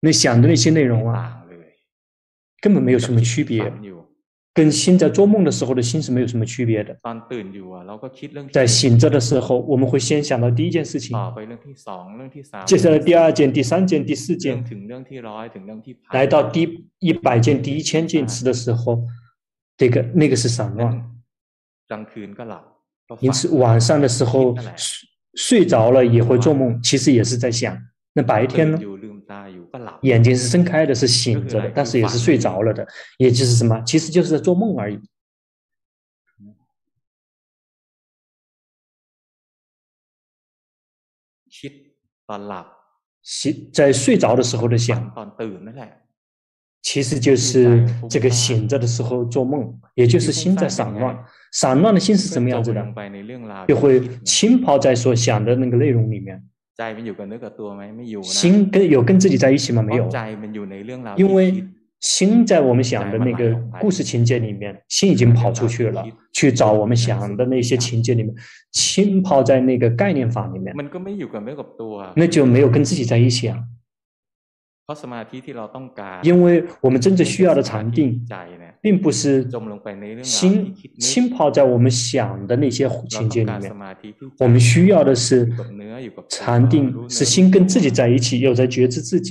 [SPEAKER 2] 那想的那些内容
[SPEAKER 1] ไม่
[SPEAKER 2] 啊，
[SPEAKER 1] ต่างเลย
[SPEAKER 2] 根本没有什么区别
[SPEAKER 1] ฝั，นอยู่
[SPEAKER 2] 跟心在做梦的时候的心是没有什么区别的。
[SPEAKER 1] ตอนตื่นอยู่อะเราก็คิดเรื่องที่
[SPEAKER 2] 在醒着的时候，我们会先想到第一件事情
[SPEAKER 1] ต่，อไปเรื่องที่สองเรื่องที่สาม
[SPEAKER 2] 接下来第二件、第三件、第四
[SPEAKER 1] เรื่อง
[SPEAKER 2] 件，
[SPEAKER 1] ถึงเรื่องที่ร้อยถึงเรื่องที่พัน
[SPEAKER 2] 来到第一百件、第一千件次的时候，这个那个是散
[SPEAKER 1] นั้น
[SPEAKER 2] 乱。
[SPEAKER 1] กลางคืนก็หลับก็ฝัน
[SPEAKER 2] 因此晚上嗯的时候
[SPEAKER 1] คิดอะไร
[SPEAKER 2] 睡睡着了也会做梦，其实也是在想。那白天呢
[SPEAKER 1] ตื่？อยู่ลืมตาอยู่ก็หลับ
[SPEAKER 2] 眼睛是睁开的，是醒着
[SPEAKER 1] 就是
[SPEAKER 2] 的
[SPEAKER 1] 来，
[SPEAKER 2] 但是也是睡着了的，也就是什么？其实就是在做梦而已。
[SPEAKER 1] คิดตอนหลับ
[SPEAKER 2] 醒在睡着的时候的
[SPEAKER 1] ฝัน
[SPEAKER 2] 想，
[SPEAKER 1] ตอนตื่นนั่นแหละ
[SPEAKER 2] 其实就是这个醒着的时候做梦，也就是心在散乱。散乱的心是什么样子
[SPEAKER 1] ก็จ
[SPEAKER 2] 的
[SPEAKER 1] มล？งไปในเรื่องราว
[SPEAKER 2] 就
[SPEAKER 1] ที่คิ
[SPEAKER 2] 会
[SPEAKER 1] ดนะ
[SPEAKER 2] 浸泡在所想的那个内容里面。
[SPEAKER 1] ใจมันอยู่กับเนื้อกับตัวไหมไม่อยู่นะ
[SPEAKER 2] 心跟有跟自己在一起吗？没
[SPEAKER 1] เพ
[SPEAKER 2] 有
[SPEAKER 1] ราะ。ใจมันอยู่ในเรื่องราว
[SPEAKER 2] 因
[SPEAKER 1] ที่คิ
[SPEAKER 2] 为
[SPEAKER 1] ด
[SPEAKER 2] 心在我们想的那
[SPEAKER 1] 在
[SPEAKER 2] 个
[SPEAKER 1] 慢慢
[SPEAKER 2] 故事情节里面，心已经跑出去了，去找我们想的那些情节里面，浸泡在那个概念法里面，
[SPEAKER 1] มันก็ไม่อยู่กับเนื้อกับตัว
[SPEAKER 2] 那就没有跟自己在一起啊。
[SPEAKER 1] เพราะสมาธิที่เราต้องการ
[SPEAKER 2] 因为我们真正需要的禅定，
[SPEAKER 1] ใจเนี่ย
[SPEAKER 2] 并不是
[SPEAKER 1] จมลงไปในเรื่องราวที่
[SPEAKER 2] 心
[SPEAKER 1] คิดนึก
[SPEAKER 2] 浸泡在我们想的那些
[SPEAKER 1] เรา
[SPEAKER 2] 情
[SPEAKER 1] ต้อ
[SPEAKER 2] 节
[SPEAKER 1] ง
[SPEAKER 2] 里
[SPEAKER 1] การ
[SPEAKER 2] 面
[SPEAKER 1] ส，มาธิที่ใจ
[SPEAKER 2] 我们需要的是
[SPEAKER 1] อยู่กับเนื้ออยู่กับตัว
[SPEAKER 2] 禅定
[SPEAKER 1] รู้，เนื้อ
[SPEAKER 2] 是心跟自己
[SPEAKER 1] รู้ตัว
[SPEAKER 2] 在一起，又在觉知自己，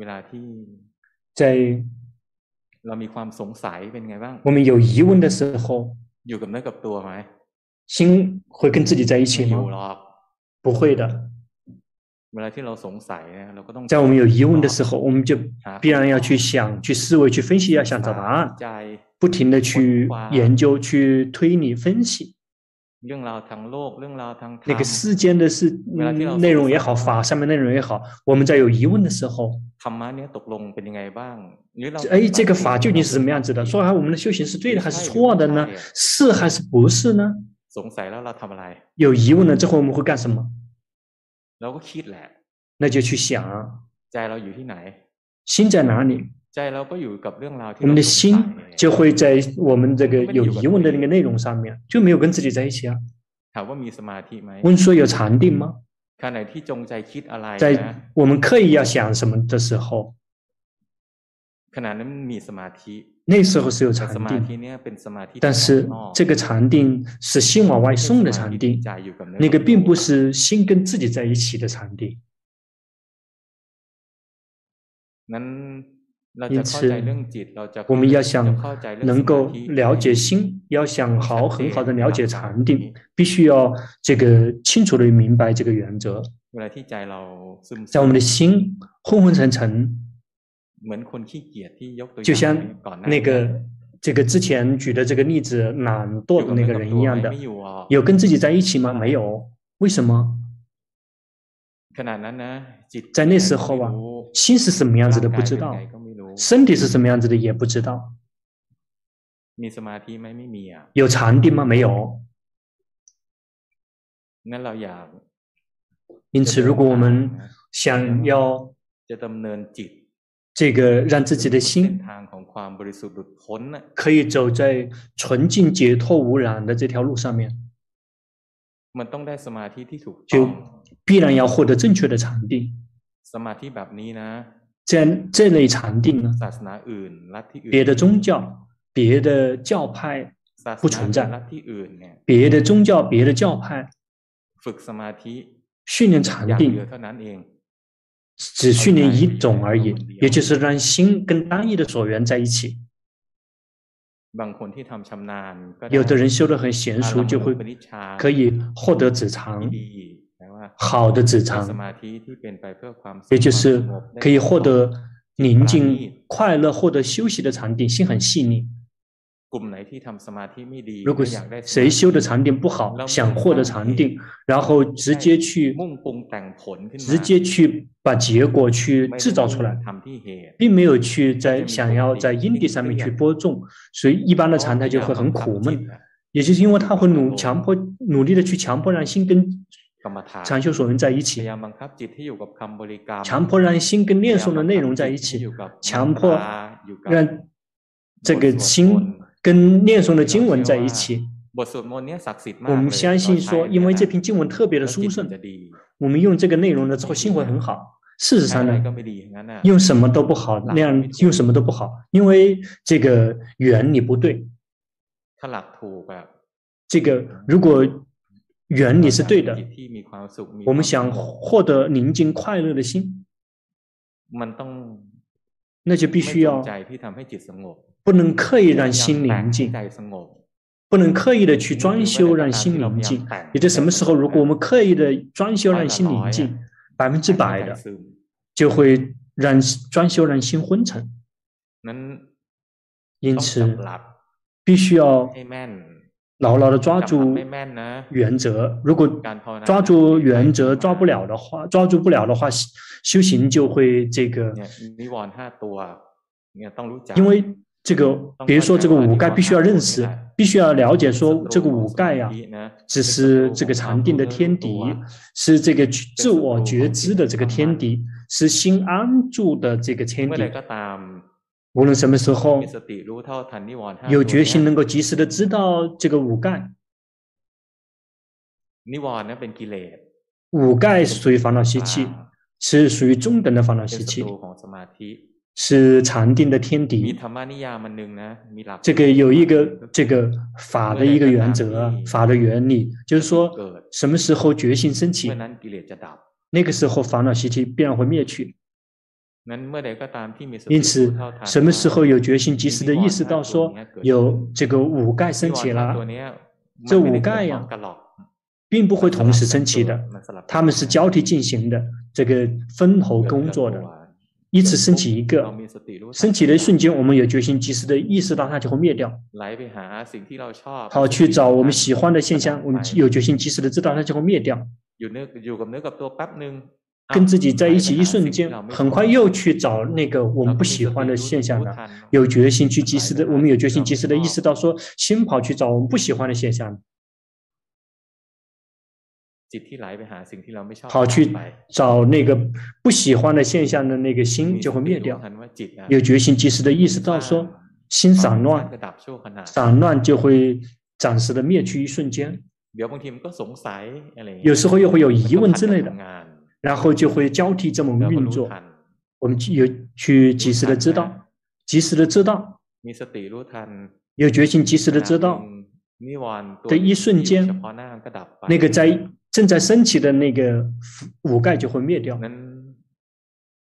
[SPEAKER 1] เวลาที่
[SPEAKER 2] 在
[SPEAKER 1] เรามีความสงสัยเป็นไงบ้าง
[SPEAKER 2] 我们有疑问的时候，
[SPEAKER 1] อยู่กับเนื้อกับตัวไหม
[SPEAKER 2] 心会跟自己在一起
[SPEAKER 1] ไม่อยู่ห
[SPEAKER 2] 吗？
[SPEAKER 1] รอก
[SPEAKER 2] 不会的。
[SPEAKER 1] เวลาที่เราสงสัยเนี่ยเราก็ต้อง
[SPEAKER 2] 在我们有疑问的时
[SPEAKER 1] ห
[SPEAKER 2] 候，我们就
[SPEAKER 1] า
[SPEAKER 2] 必然要去想、去思维、去分析，要想找答案，
[SPEAKER 1] ใจ
[SPEAKER 2] 不停的去研究、去推理、分析
[SPEAKER 1] เรื่องราวทางโลกเรื่องราวทางธรรม
[SPEAKER 2] 那个世间的事、
[SPEAKER 1] 原来听到
[SPEAKER 2] 嗯内容也好，法上面内容也好，我们在有疑问的时候，
[SPEAKER 1] ธรรมะเนี่ยตกลงเป็นยังไงบ้างหรือเรา
[SPEAKER 2] 哎，这个法究竟是什么样子的？说来我们的修行是对的还是错的呢？是还是不是呢？
[SPEAKER 1] สงสัยแล้วเราทำอะไร
[SPEAKER 2] 有疑问了之后，我们会干什么？
[SPEAKER 1] เราก็คิดแหละ
[SPEAKER 2] 那就去想啊，
[SPEAKER 1] ใจเราอยู่ที่ไหน
[SPEAKER 2] 心在哪里？
[SPEAKER 1] ใจเราก็อยู่กับเรื่องราวที่
[SPEAKER 2] 我们
[SPEAKER 1] เราส
[SPEAKER 2] 的
[SPEAKER 1] งสัย
[SPEAKER 2] 心
[SPEAKER 1] เนี่ย
[SPEAKER 2] 就会在我们这个有疑问的那个内容上面，就没有跟自己在一起啊。
[SPEAKER 1] ถามว่ามีสมาธิไหม
[SPEAKER 2] 问说有禅定吗？
[SPEAKER 1] ขณะไหนที่จงใจคิดอะไรนะ
[SPEAKER 2] 在我们刻意要想什么的时候，
[SPEAKER 1] ขณะนั้นมันมีสมาธิ
[SPEAKER 2] 那时候是有
[SPEAKER 1] แต่ส
[SPEAKER 2] 禅
[SPEAKER 1] มาธิ
[SPEAKER 2] 定，
[SPEAKER 1] เนี่ยเป็นสมาธิ
[SPEAKER 2] 但是这个禅定是心往外送的禅定，
[SPEAKER 1] ใจอยู่กับเนื้อ
[SPEAKER 2] 那个并不是心跟自己在一起的禅定。
[SPEAKER 1] นั้นเรา
[SPEAKER 2] 因
[SPEAKER 1] จะ
[SPEAKER 2] 此
[SPEAKER 1] เข้าใจเรื่องจิตเราจะ
[SPEAKER 2] 我们要想
[SPEAKER 1] จะเข้าใจเรื่อง
[SPEAKER 2] 能够
[SPEAKER 1] สมาธิ
[SPEAKER 2] 了解心，要想好很好的了解禅定，必须要这个清楚的明白这个原则。
[SPEAKER 1] เวลาที่ใจเราซึม
[SPEAKER 2] 在我们的心昏昏沉沉，
[SPEAKER 1] เหมือนคนขี้เกียจที่ยกตัวอย่า
[SPEAKER 2] 就像
[SPEAKER 1] งก่อนหน้า
[SPEAKER 2] 那
[SPEAKER 1] เย
[SPEAKER 2] 个这个之前举的这个例子懒惰的那个人一样的
[SPEAKER 1] ไม่，อยู่อ่ะ
[SPEAKER 2] 有跟自己在一起吗？没有，为什么？
[SPEAKER 1] ขนาดนั้นนะจิต
[SPEAKER 2] 在那时候啊
[SPEAKER 1] ไม่รู้
[SPEAKER 2] 心是什么样子的不知
[SPEAKER 1] ร่าง
[SPEAKER 2] 道
[SPEAKER 1] กายเป็นไง，ก็ไม่รู้
[SPEAKER 2] 身体是什么样子的也不知道。
[SPEAKER 1] มีสมาธิไหมไม่มีอ่ะ
[SPEAKER 2] 有禅定吗？没有。
[SPEAKER 1] นั่นเราอยาก
[SPEAKER 2] 因此，如果我们想要
[SPEAKER 1] จะดำเนินจิต
[SPEAKER 2] 这个让自己的
[SPEAKER 1] เส้น
[SPEAKER 2] 心
[SPEAKER 1] ทางของความบริสุทธิ์หลุดพ้นน่ะ
[SPEAKER 2] 可以走在纯净、解脱、无染的这条路上面，
[SPEAKER 1] มันต้องได้สมาธิที่ถูกต้อ
[SPEAKER 2] 就
[SPEAKER 1] ง
[SPEAKER 2] 必然要获得正确的禅定。
[SPEAKER 1] สมาธิแบบนี้นะ
[SPEAKER 2] 这样这类禅定呢，
[SPEAKER 1] ศาสนาอื่นลัทธิอื่น
[SPEAKER 2] 别的宗教、别的教派、
[SPEAKER 1] ศาส
[SPEAKER 2] 不存
[SPEAKER 1] นา
[SPEAKER 2] 在
[SPEAKER 1] ลัทธิอื่นเนี่ย
[SPEAKER 2] 别的宗教、别的教派
[SPEAKER 1] ฝึกสมาธิ
[SPEAKER 2] 训练禅
[SPEAKER 1] อย่างเดียว
[SPEAKER 2] 定，
[SPEAKER 1] เท่านั้นเอง
[SPEAKER 2] 只训练一种而已，也就是让心跟单一的所缘在一起。
[SPEAKER 1] บางคนที่ทำชำนาญก็ได้
[SPEAKER 2] 有的人修得很娴
[SPEAKER 1] อาร
[SPEAKER 2] 熟，
[SPEAKER 1] มณ์
[SPEAKER 2] 就会
[SPEAKER 1] ปณิชฌา
[SPEAKER 2] 可以获得止长
[SPEAKER 1] ที่，ดีแปลว่า
[SPEAKER 2] 好的止
[SPEAKER 1] มีส
[SPEAKER 2] 长，
[SPEAKER 1] มาธิที่เป็นไปเพื่อความสุข
[SPEAKER 2] 也就
[SPEAKER 1] ความ
[SPEAKER 2] 是
[SPEAKER 1] สงบได้
[SPEAKER 2] 可以获得
[SPEAKER 1] ค
[SPEAKER 2] 宁
[SPEAKER 1] วามนิ่ง
[SPEAKER 2] 静、快乐、获得休息的禅定，心很细腻。
[SPEAKER 1] กลุ่มไหนที่ทำสมาธิไม่ดี
[SPEAKER 2] 如果
[SPEAKER 1] ไม่อยากได้สมาธิ
[SPEAKER 2] 谁修的禅定不好，
[SPEAKER 1] เรา
[SPEAKER 2] 想获得禅定，然后直接去
[SPEAKER 1] มุ่งปรุงแต่งผลขึ้นมา
[SPEAKER 2] 直接去把结果去
[SPEAKER 1] ไม่ได้
[SPEAKER 2] 制造出来
[SPEAKER 1] มุ่ง，ทำที่เหตุ
[SPEAKER 2] 并没有去在
[SPEAKER 1] 这就
[SPEAKER 2] 想
[SPEAKER 1] 是
[SPEAKER 2] 要
[SPEAKER 1] 你
[SPEAKER 2] 在因
[SPEAKER 1] 你
[SPEAKER 2] 地上面
[SPEAKER 1] 这
[SPEAKER 2] 去
[SPEAKER 1] 样
[SPEAKER 2] 播种，所以一般的常态哦就会很苦
[SPEAKER 1] เพราะ
[SPEAKER 2] 闷
[SPEAKER 1] ว่า。
[SPEAKER 2] 也就是因为他会
[SPEAKER 1] 不
[SPEAKER 2] 努
[SPEAKER 1] 懂
[SPEAKER 2] 强迫努力的去强迫让心跟禅修所缘在一起，强迫让心跟念诵的内容在一起，强迫让这个啊心跟念诵的经文在一起。我们相信说，因为这篇经文特别的殊胜，我们用这个内容了之后，心会很好。事实上呢，
[SPEAKER 1] 嗯
[SPEAKER 2] 用什么都不好，那样用什么都不好，因为这个圆你不对。这个如果圆你是对的，我们想获得宁静快乐的心，那就必须要不能刻意让心宁静。不能刻意的去装修让心宁静，也就什么时候，如果我们刻意的装修让心宁静，百分之百的就会让装修让心昏沉。因此，必须要牢牢的抓住原则。如果抓住原则抓不了的话，抓住不了的话，修行就会这个，因为。这个，比如说这个五盖必须要认识，必须要了解，说这个五盖呀、啊，只是啊这个禅定的天敌，是这个自我觉知的这个天敌，是心安住的这个天敌。无论什么时候，有决心能够及时的知道这个五盖，五盖属于烦恼习气，是属于中等的烦恼习气。是禅定的天敌。嗯这个有一个这个法的一个原则，法的原理，就是说什么时候觉性升起，那个时候烦恼习气必然会灭去。因此，什么时候有决心及时的意识到说有这个五盖升起了，这五盖呀、啊，并不会同时升起的，它们是交替进行的，这个分头工作的。一次升起一个，升起的瞬间，我们有决心及时的意识到它就会灭掉。好去找我们喜欢的现象，我们有决心及时的知道它就会灭掉。跟自己在一起一瞬间，很快又去找那个我们不喜欢的现象了。有决心去及时的，我们有决心及时的意识到说，先跑去找我们不喜欢的现象。跑去找那个不喜欢的现象的那个心就会灭掉。有决心及时的意识到说心散乱，散乱就会暂时的灭去一瞬间。有时候又会有疑问之类的，然后就会交替这么运作。我们有去及时的知道，及时的知道，有决心及时的知道的一瞬间，那个在。正在升起的那个五盖就会灭掉，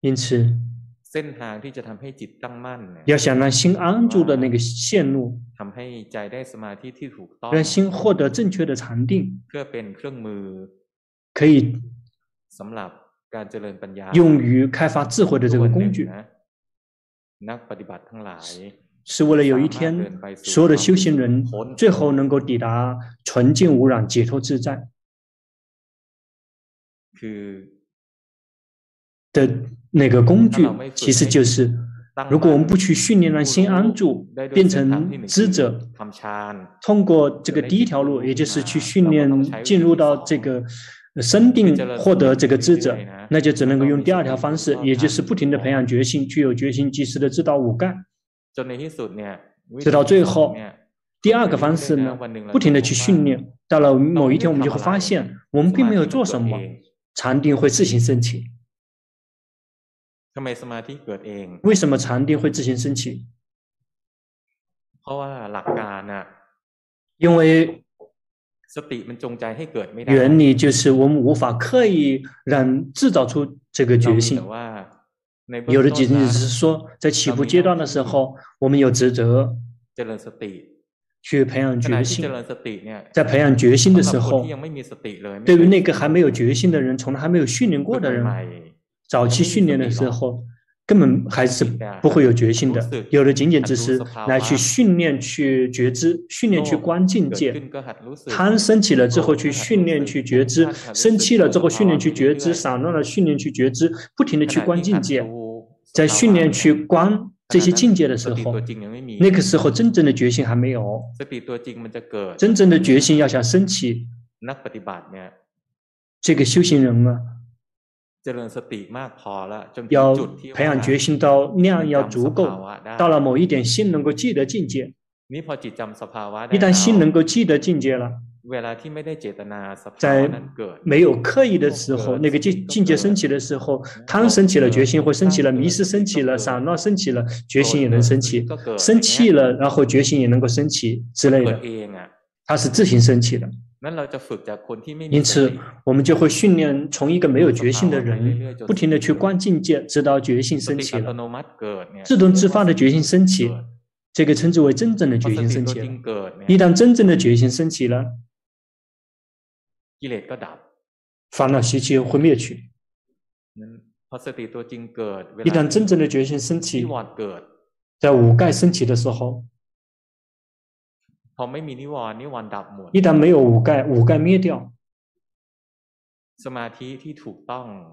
[SPEAKER 2] 因此，要想让心安住的那个线路，让心获得正确的禅定，可以用于开发智慧的这个工具，是为了有一天所有的修行人最后能够抵达纯净无染、解脱自在。的那个工具，其实就是，如果我们不去训练让心安住，变成知者，通过这个第一啊条路，也就是去训练进入到这个生定，获得这个知者，那就只能够用第二条方式，也就是不停的培养决心，具有决心及时的知道五干，直到最后。第二个方式呢，不停的去训练，到了某一天，我们就会发现，我们并没有做什么，禅定会自行升起。为什么禅定会自行升起？因为原理就是我们无法刻意让制造出这个觉性。有的仅仅是说，在起步阶段的时候，我们有职责。去培养决心，在培养决心的时候，对于那个还没有决心的人，从来还没有训练过的人，早期训练的时候，根本还是不啊会有决心的。有的仅仅只是来去训练去觉知，训练去观境界。贪升起了之后去训练去觉知，生气了之后训练去觉知，散乱了训练去觉知，不停的去观境界，在训练去观。这些境界的时候，那个时候真正的决心还没有。真正的决心要想升起，这个修行人呢，要培养决心到量要足够，到了某一点心能够记得境界。一旦心能够记得境界了，在没有刻意的时候，那个境境界升起的时候，贪升起了决心或升起了迷失升起了散乱升起了
[SPEAKER 1] 哦
[SPEAKER 2] 决心也能升起，生气了然后决心也能够升起之类的，它是自行升起的。因此，我们就会训练从一个没有决心的人，不停的去观境界，直到决心升起了，自动自发的决心升起，这个称之为真正的决心升起了。一旦真正的决心升起了，烦恼习气会灭去。一旦真正的决心升起，在五盖升起的时候。一旦没有五盖，五盖灭掉。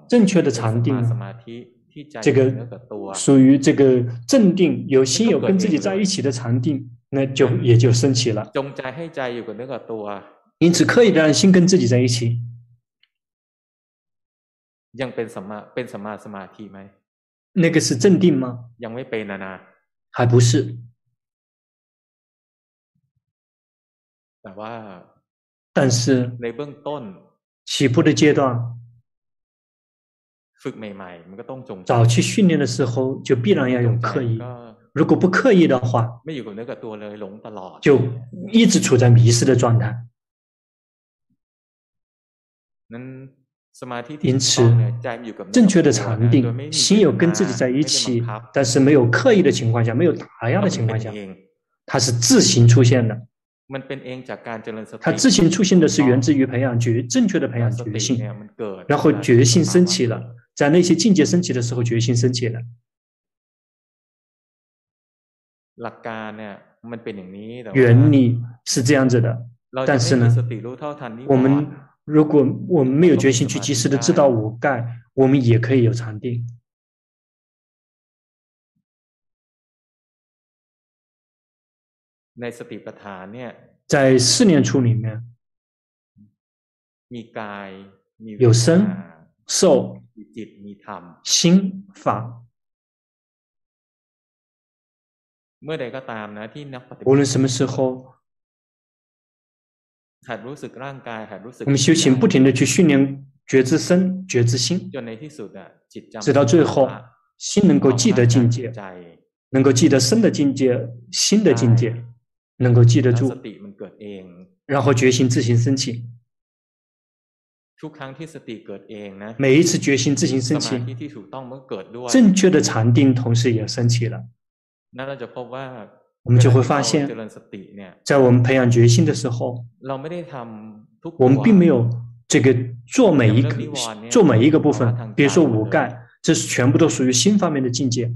[SPEAKER 2] 正确的禅定，这个属于这个正定，有心有跟自己在一起的禅定，那就也就升起了。因此，刻意的让心跟自己在一起，那个是正定吗？还不是。但是，起步的阶段，早期训练的时候就必然要有刻意，如果不刻意的话，就一直处在迷失的状态。因此，正确的禅定，心有跟自己在一起，但是没有刻意的情况下，没有打压的情况下，它是自行出现的。它自行出现的是源自于培养觉正确的培养觉性，然后觉性升起了，在那些境界升起的时候，觉性升起了。原理是这样子的，但是呢，我们如果我们没有决心去及时的知道我盖，我们也可以有禅定。在四念处里面，有身、受、心、法。无论什么时候，我们修行不停的去训练觉知身、觉知心，直到最后，心能够记得境界，能够记得身的境界、心的境界。能够记得住，然后决心自行升起。每一次决心自行升起，正确的禅定同时也升起了。我们就会发现，在我们培养决心的时候，我们并没有这个做每一个做每一个部分，比如说五盖，这是全部都属于心方面的境界。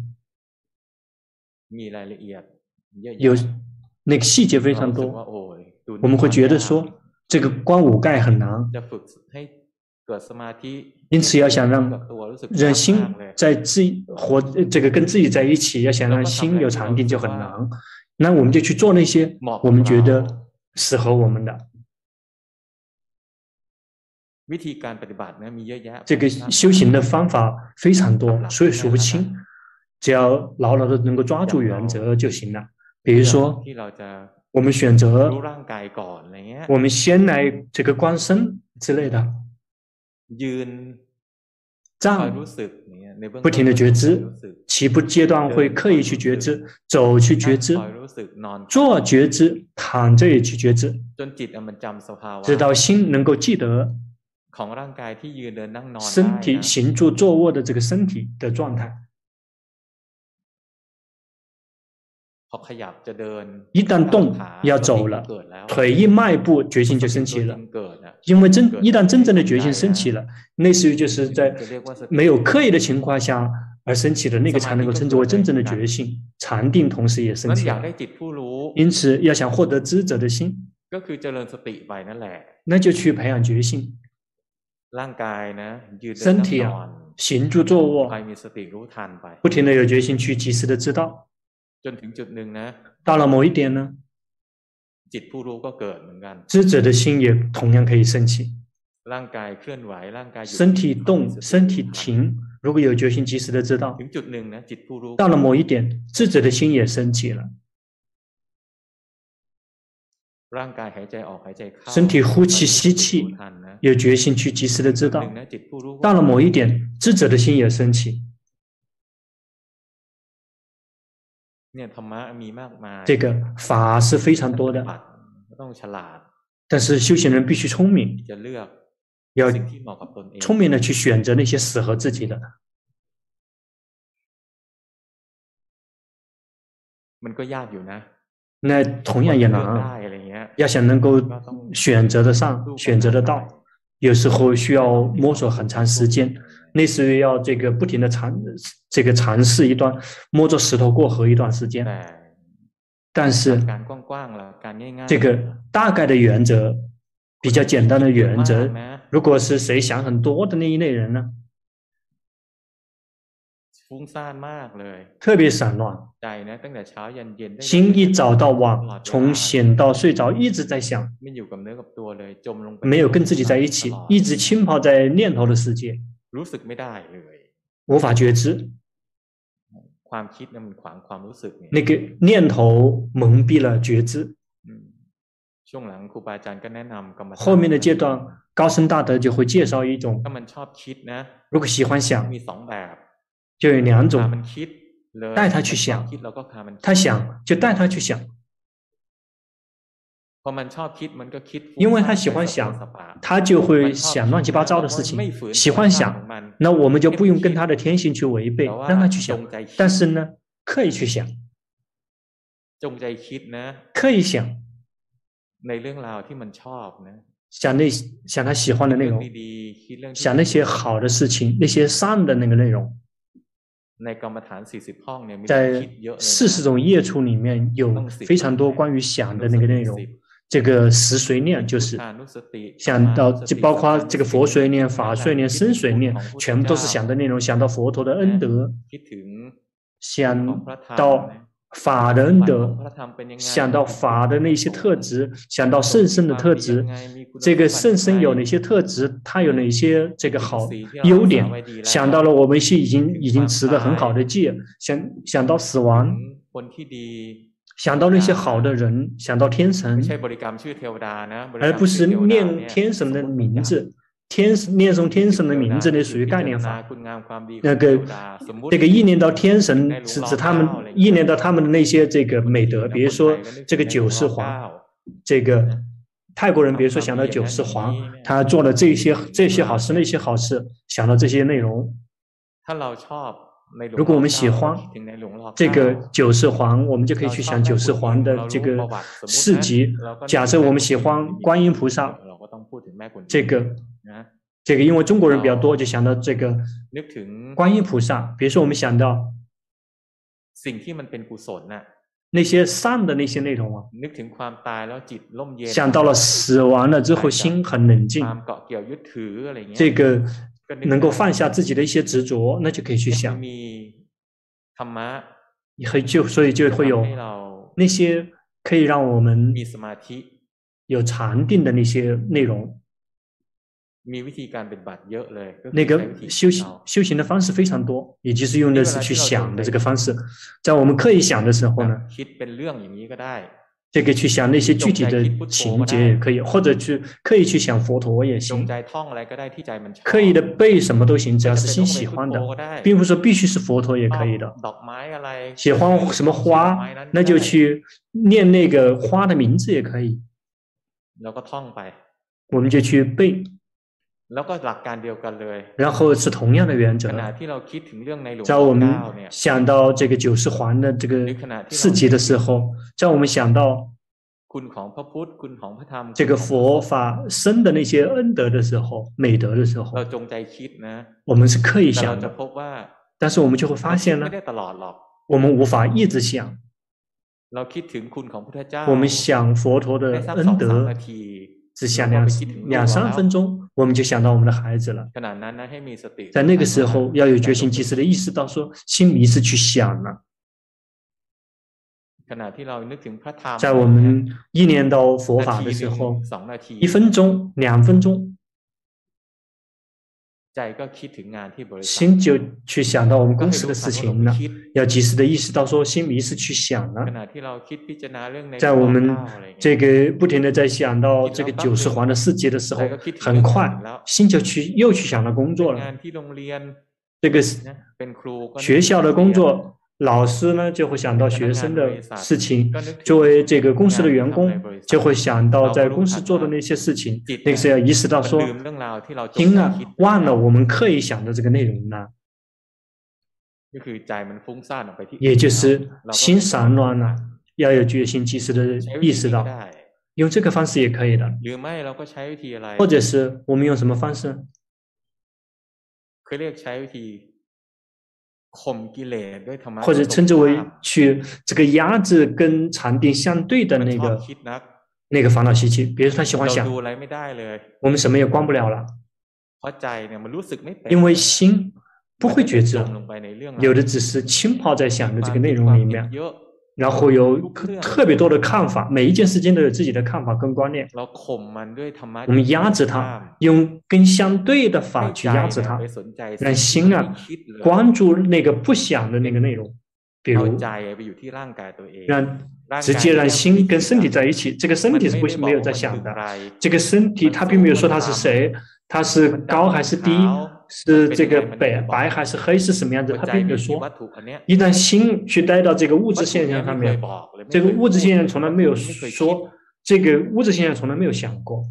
[SPEAKER 2] 有。那个细节非常多，我们会觉得说这个光五盖很难，因此要想让让心在自活这个跟自己在一起，要想让心有禅定就很难。那我们就去做那些我们觉得适合我们的。这个
[SPEAKER 1] 嗯
[SPEAKER 2] 修行的方法非常多，所以数不清，只要牢牢的能够抓住原则就行了。比
[SPEAKER 1] 啊
[SPEAKER 2] 如说，我们选择，我们先来这个观身之类的，站，不停的觉知，起步阶段会刻意去觉知，走去觉知，坐觉知，躺着也去觉知，
[SPEAKER 1] 啊
[SPEAKER 2] 直到心能够记得身体行住坐卧的这个身体的状态。一旦动要走了，腿一迈步，决心就升起了。因为真一旦真正的决心升起了，类似于就是在没有刻意的情况下而升起的那个，才能够称之为真正的决心。禅定同时也升起了。因此，要想获得知者的心，那就去培养决心。身体啊，行住坐卧，不停的有决心去及时的知道。到了某一点呢，知者的心也同样可以升起。身体动，身体停。如果有决心，及时的知道。到了某一点，智者的心也升起了。身体呼气、吸气，有决心去及时的知道。到了某一点，智者的心也升起。这个法是非常多的，但是修行人必须聪明。要聪明的去选择那些适合自己的，那同样也难。啊要想能够选择得上、选择得到，有时候需要摸索很长时间，类似于要这个不停的尝这个尝试一段，摸着石头过河一段时间。但是这个大概的原则。比较简单的原则，如果是谁想很多的那一类人呢？特别散乱，心一早到晚，从醒到睡着一直在想，没有跟自己在一起，一直浸泡在念头的世界，无法觉知。那个念头蒙蔽了觉知。后面的阶段，高僧大德就会介绍一种，如果喜欢想，就有两种，带他去想，他想就带他去想，因为他喜欢想，他就会想乱七八糟的事情，喜欢想，那我们就不用跟他的天性去违背，让他去想，但是呢，刻意去想，刻意想。想那想他喜欢的内容，想那些好的事情，那些善的那个内容。在四十种业处里面有非常多关于想的那个内容。这个十随念就是想到，就包括这个佛随念、法随念、身随念，全部都是想的内容。想到佛陀的恩德，想到。法的恩德，想到法的那些特质，想到圣僧的特质，这个圣僧有哪些特质？他有哪些这个好优点？想到了我们是已经已经持的很好的戒，想想到死亡，想到那些好的人，想到天神，而不是念天神的名字。天念诵天神的名字呢，属于概念法。那个这个意念到天神是指嗯他们意念到他们的那些这个美德，比如说这个九世皇，这个泰国人，比如说想到九世皇，他做了这些这些好事那些好事，想到这些内容。如果我们喜欢这个
[SPEAKER 1] 啊
[SPEAKER 2] 九世皇，我们就可以去想九世皇的这个事迹。假设我们喜欢观音菩萨，这个。啊这个因为中国人比较多，就想到这个观音菩萨。比如说，我们想到那些善的那些内容啊，想到了死亡了之后心很冷静，这个能够放下自己的一些执着，那就可以去想。
[SPEAKER 1] 嗯
[SPEAKER 2] 很就所以就会有那些可以让我们有禅定的那些内容。那个修行修行的方式非常多，也就是用的是去想的这个嗯方式。在我们刻意想的时候呢，这个去想那些具体的情节也可以，或者去刻意去想佛陀也行，刻意的背什么都行，只要是心喜欢的，并不是说必须是佛陀也可以的。嗯喜欢什么花，那就去念那个花的名字也可以，我们就去背。然后是同样的原则。在我们想到这个九十环的这个事迹的时候，在我们想到这个佛法生的那些恩德的时候、美德的时候，
[SPEAKER 1] 呃
[SPEAKER 2] 我们是刻意想的，但是我们就会发现呢，我们无法一直想。
[SPEAKER 1] 啊
[SPEAKER 2] 我们想佛陀的恩德。只想两两三分钟，我们就想到我们的孩子了。在那个时候，要有决心，及时的意识到说，心迷失去想了。
[SPEAKER 1] 啊
[SPEAKER 2] 在我们意念到佛法的时候，一分钟、两分钟，心就去想到我们公司的事情了，要及时的意识到说心迷是去想了。在我们这个不停的在想到这个九十环的世界的时候，很快心就去又去想到工作了。这个学校的工作，老师呢就会想到学生的事情；作为这个公司的员工，就会想到在公司做的那些事情。那个时候要意识到说，因啊，忘了我们刻意想的这个内容呢，也就是心散乱了，要有决心及时的意识到，用这个方式也可以的，或者是我们用什么方式？或者称之为去这个压制跟禅定相对的那个那个烦恼习气，比如说他喜欢想，我们什么也关不了了，因为心不会觉知，啊有的只是浸泡在想的这个内容里面，然后有特别多的看法，每一件事情都有自己的看法跟观念，我们压制它，用跟相对的法去压制它，让心啊关注那个不想的那个内容，比如让。直接让心跟身体在一起，这个身体是不没有在想的。这个身体它并没有说它是谁，它是高还是低，是这个白白还是黑，是什么样子，它并没有说。一旦心去待到这个物质现象上面，这个物质现象从来没有说，这个物质现象从来没有想过。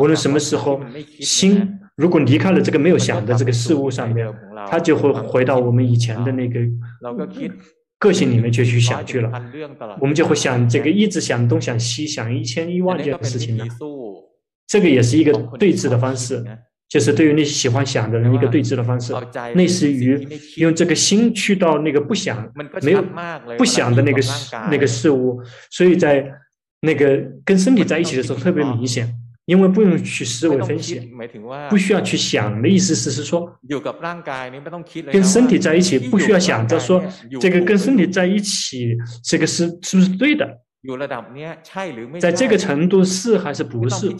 [SPEAKER 2] 无论什么时候，心如果离开了这个没有想的这个事物上面，它就会回到我们以前的那个。个性里面就去想去了，我们就会想这个一直想东想西，想一千一万件事情呢。这个也是一个对峙的方式，就是对于那些喜欢想的人一个对峙的方式，类似于用这个心去到那个不想、没有不想的那个那个事物，所以在那个跟身体在一起的时候特别明显。因为啊不用去思维分析，不需要去想的意思是是说，跟身体在一起不需要想着说这个跟身体在一起这个是是不是对的，在这个程度是还是不是，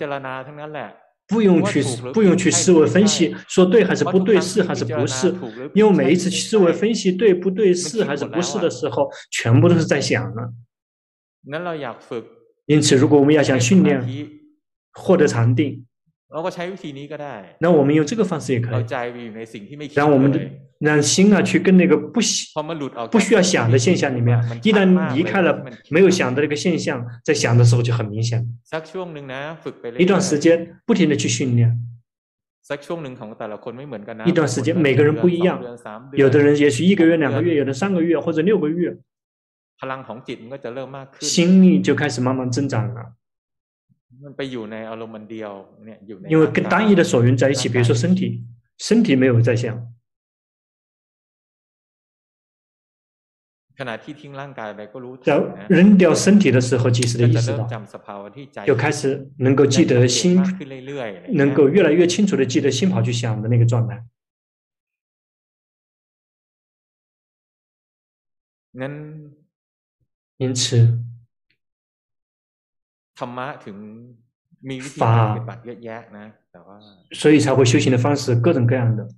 [SPEAKER 2] 不用去不用去思维分析说对还是不对是还是不是，因为每一次去思维分析对不对是还是不是的时候，全部都是在想了。因此，如果我们要想训练。获得禅定，那我们用这个方式也可以，让我们的让心啊去跟那个不不需要想的现象里面，一旦离开了没有想的那个现象，在想的时候就很明显。一段时间不停的去训练，一段时间每个人不一样，有的人也许一个月、两个月，有的三个月或者六个月，心力就开始慢慢增长了。因为跟单一的所缘在一起，比如说身体，身体没有在想；在扔掉身体的时候，及时的意识到，就开始能够记得心，能够越来越清楚的记得心跑去想的那个状态。因此。法，所以才会修行的方式各种各样的。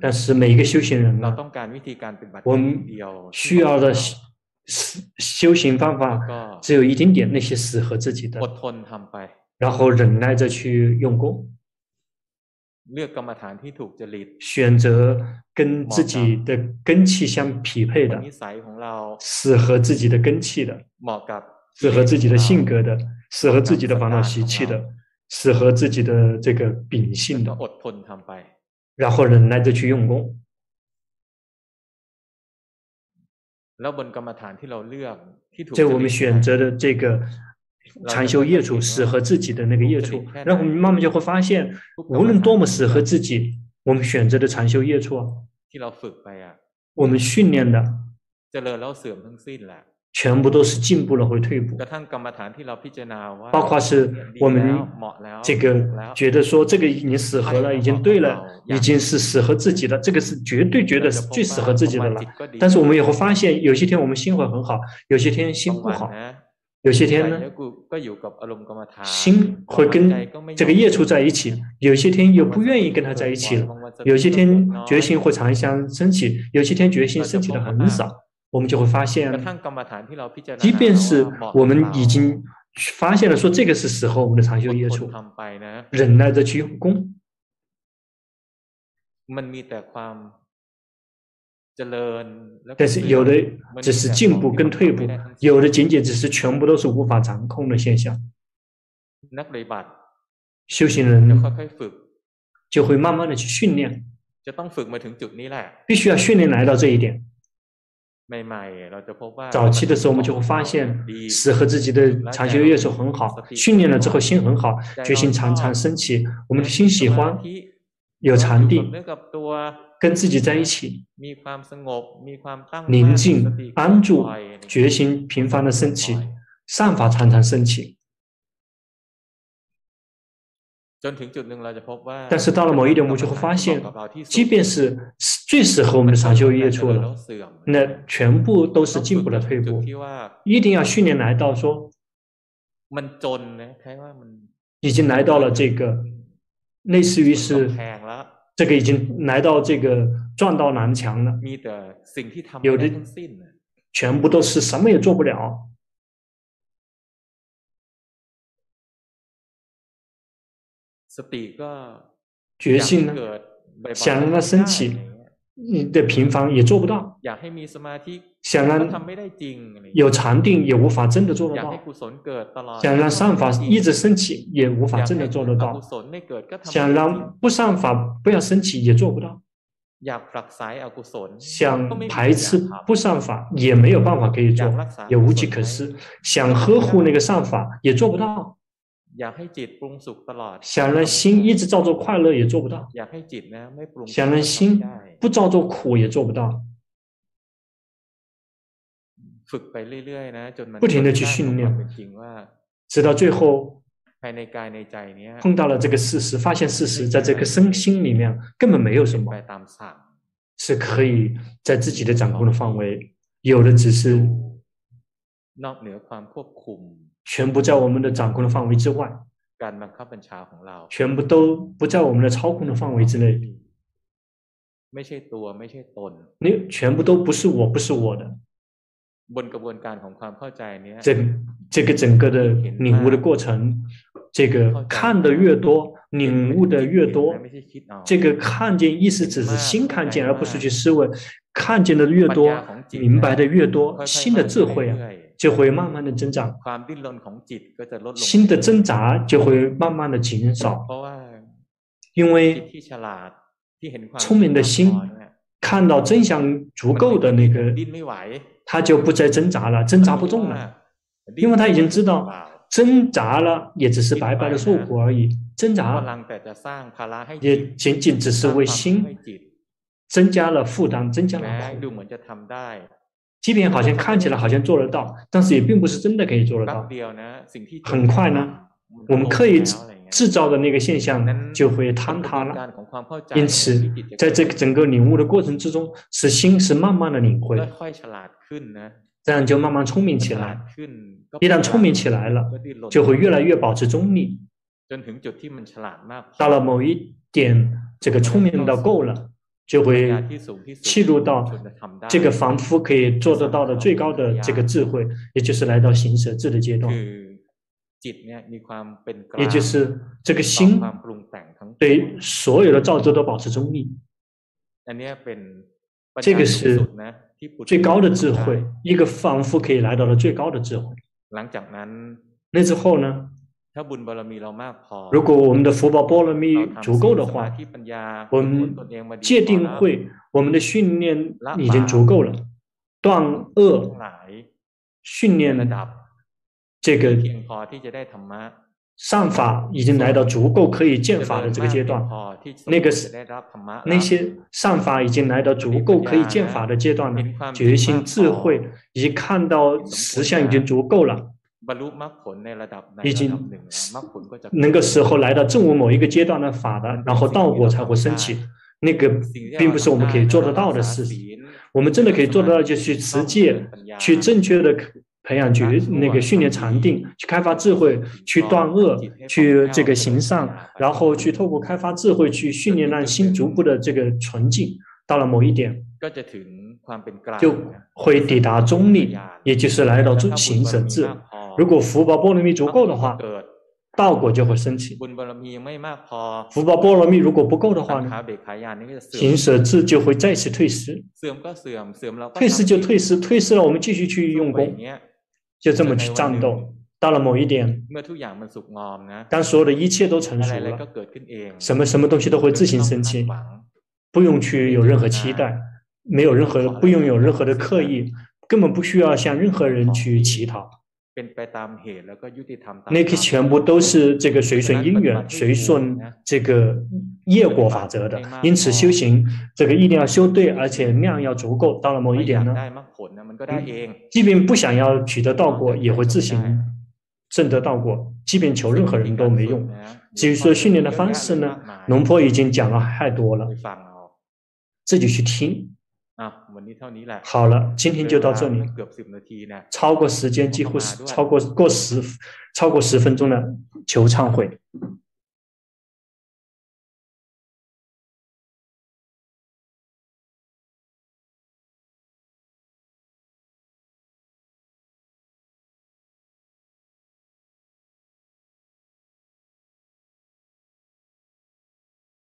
[SPEAKER 2] 但是每一个修行人呢，我们需要的修行方法只有一丁点，那些适合自己的，然后忍耐着去用功，选择跟自己的根气相匹配
[SPEAKER 1] 哦
[SPEAKER 2] 的，适合自己的根气的。适合自己的性格的，适合自己的烦恼习气的，适合自己的这个秉性的，然后忍耐着去用功。在我们选择的这个禅修业处，适合自己的那个业处，然后我们慢慢就会发现，无论多么适合自己，我们选择的禅修业处、啊，我们训练的。全部都是进步了或退步，包括是我们这个觉得说这个已经适合了，已经对了，已经是适合自己的，这个是绝对觉得是最适合自己的了。但是我们也会发现，有些天我们心会很好，有些天心不好。有些天呢，心会跟这个业处在一起；有些天又不愿意跟他在一起了；有些天决心会常相升起；有些天决心升起的很少。我们就会发现，即便是我们已经发现了说这个是时候我们的长修业处，忍耐着去用功，但是有的只是进步跟退步，有的仅仅只是全部都是无法掌控的现象。修行人就会慢慢的去训练，必须要训练来到这一点。
[SPEAKER 1] 哎
[SPEAKER 2] 早期的时候，我们就会发现适合自己的长修乐手很好，训练了之后心很好，决心常常升起，我们的心喜欢有禅定，跟自己在一起，宁静安住，决心频繁的升起，善法常常升
[SPEAKER 1] 哎
[SPEAKER 2] 起。但是到了某一点，我们就会发现，即便是最适合我们的长修业处了，那全部都是进步的退步。一定要训练来到说，已经来到了这个类似于是这个已经来到这个撞到南墙了，有的全部都是什么也做不了。决心呢，想让它升起，你的平凡也做不到；想让有禅定也无法真的做得到；
[SPEAKER 1] 啊
[SPEAKER 2] 想让善法一直升起也无法真的做得到；想让不善法不要升起也做不到；想排斥不善法也没有办法可以做，也无计可施；想呵护那个善法也做不到。想让心一直照做快乐也做不到，想让心不照做苦也做不到。不停的去训练，直到最后碰到了这个事实，发现事实在这个身心里面根本没有什么是可以在自己的掌控的范围，有的只是。全部在我们的掌控的范围之外，全部都不在我们的操控的范围之内。你全部都不是我，不是我的。这这个整个的领悟的过程，这个看的越多，领悟的越多。这个看见意思只是心看见，而不是去思维。看见的越多，明白的越多，心的智慧啊。就会嗯慢慢的增长，心的挣扎就会慢慢的减少，因为聪明的心看到真相足够的那个，他就不再挣扎了，挣扎不动了，因为他已经知道挣扎了也只是白白嗯的受苦而已，挣扎也仅仅只是为心增加了负担，增加了苦。即便好像看起来好像做得到，但是也并不是真的可以做得到。很快呢，我们刻意制造的那个现象就会坍塌了。因此，在这个整个领悟的过程之中，是心是慢慢的领会，这样就慢慢聪明起来。一旦聪明起来了，就会越来越保持中立。到了某一点，这个聪明到够了。就会进入到这个凡夫可以做得到的最高的这个智慧，也就是来到行舍智的阶段，也就是这个心对所有的造作都保持中立。这个是最高的智慧，一个凡夫可以来到的最高的智慧。那之后呢？如果我们的福报波罗蜜足够的话，我们界定会，我们的训练已经足够了，断恶训练这个上法已经来到足够可以见法的这个啊阶段，那个是那些上法已经来到足够可以见法的阶段了，决心智慧以及看到实相已经足够了。已经能够时候来到证悟某一个阶段的法的，然后道果才会升起。那个并不是我们可以做得到的事。我们真的可以做得到，就去持戒，去正确的培养觉那个训练禅定，去开发智慧，去断恶，去这个行善，然后去透过开发智慧去训练让心逐步的这个纯净。到了某一点，就会抵达中立，也就是来到中行者智。如果福报波罗蜜足够的话，道果就会升起。福报波罗蜜如果不够的话呢，行舍智就会再次退失，退失就退失，退失了我们继续去用功，就这么去战斗。到了某一点，当所有的一切都成熟了，什么什么东西都会自行升起，不用去有任何期待，没有任何不用有任何的刻意，根本不需要向任何人去乞讨。那个全部都是这个随顺因缘、随顺这个业果法则的，因此修行这个一定要修对，而且量要足够。到了某一点呢，嗯、即便不想要取得道果，也会自行证得道果，即便求任何人都没用。至于说训练的方式呢，龙坡已经讲了太多了，自己去听。
[SPEAKER 1] 啊，
[SPEAKER 2] 好了，今天就到这里。超过时间几乎是超过过十，超过十分钟的求忏悔。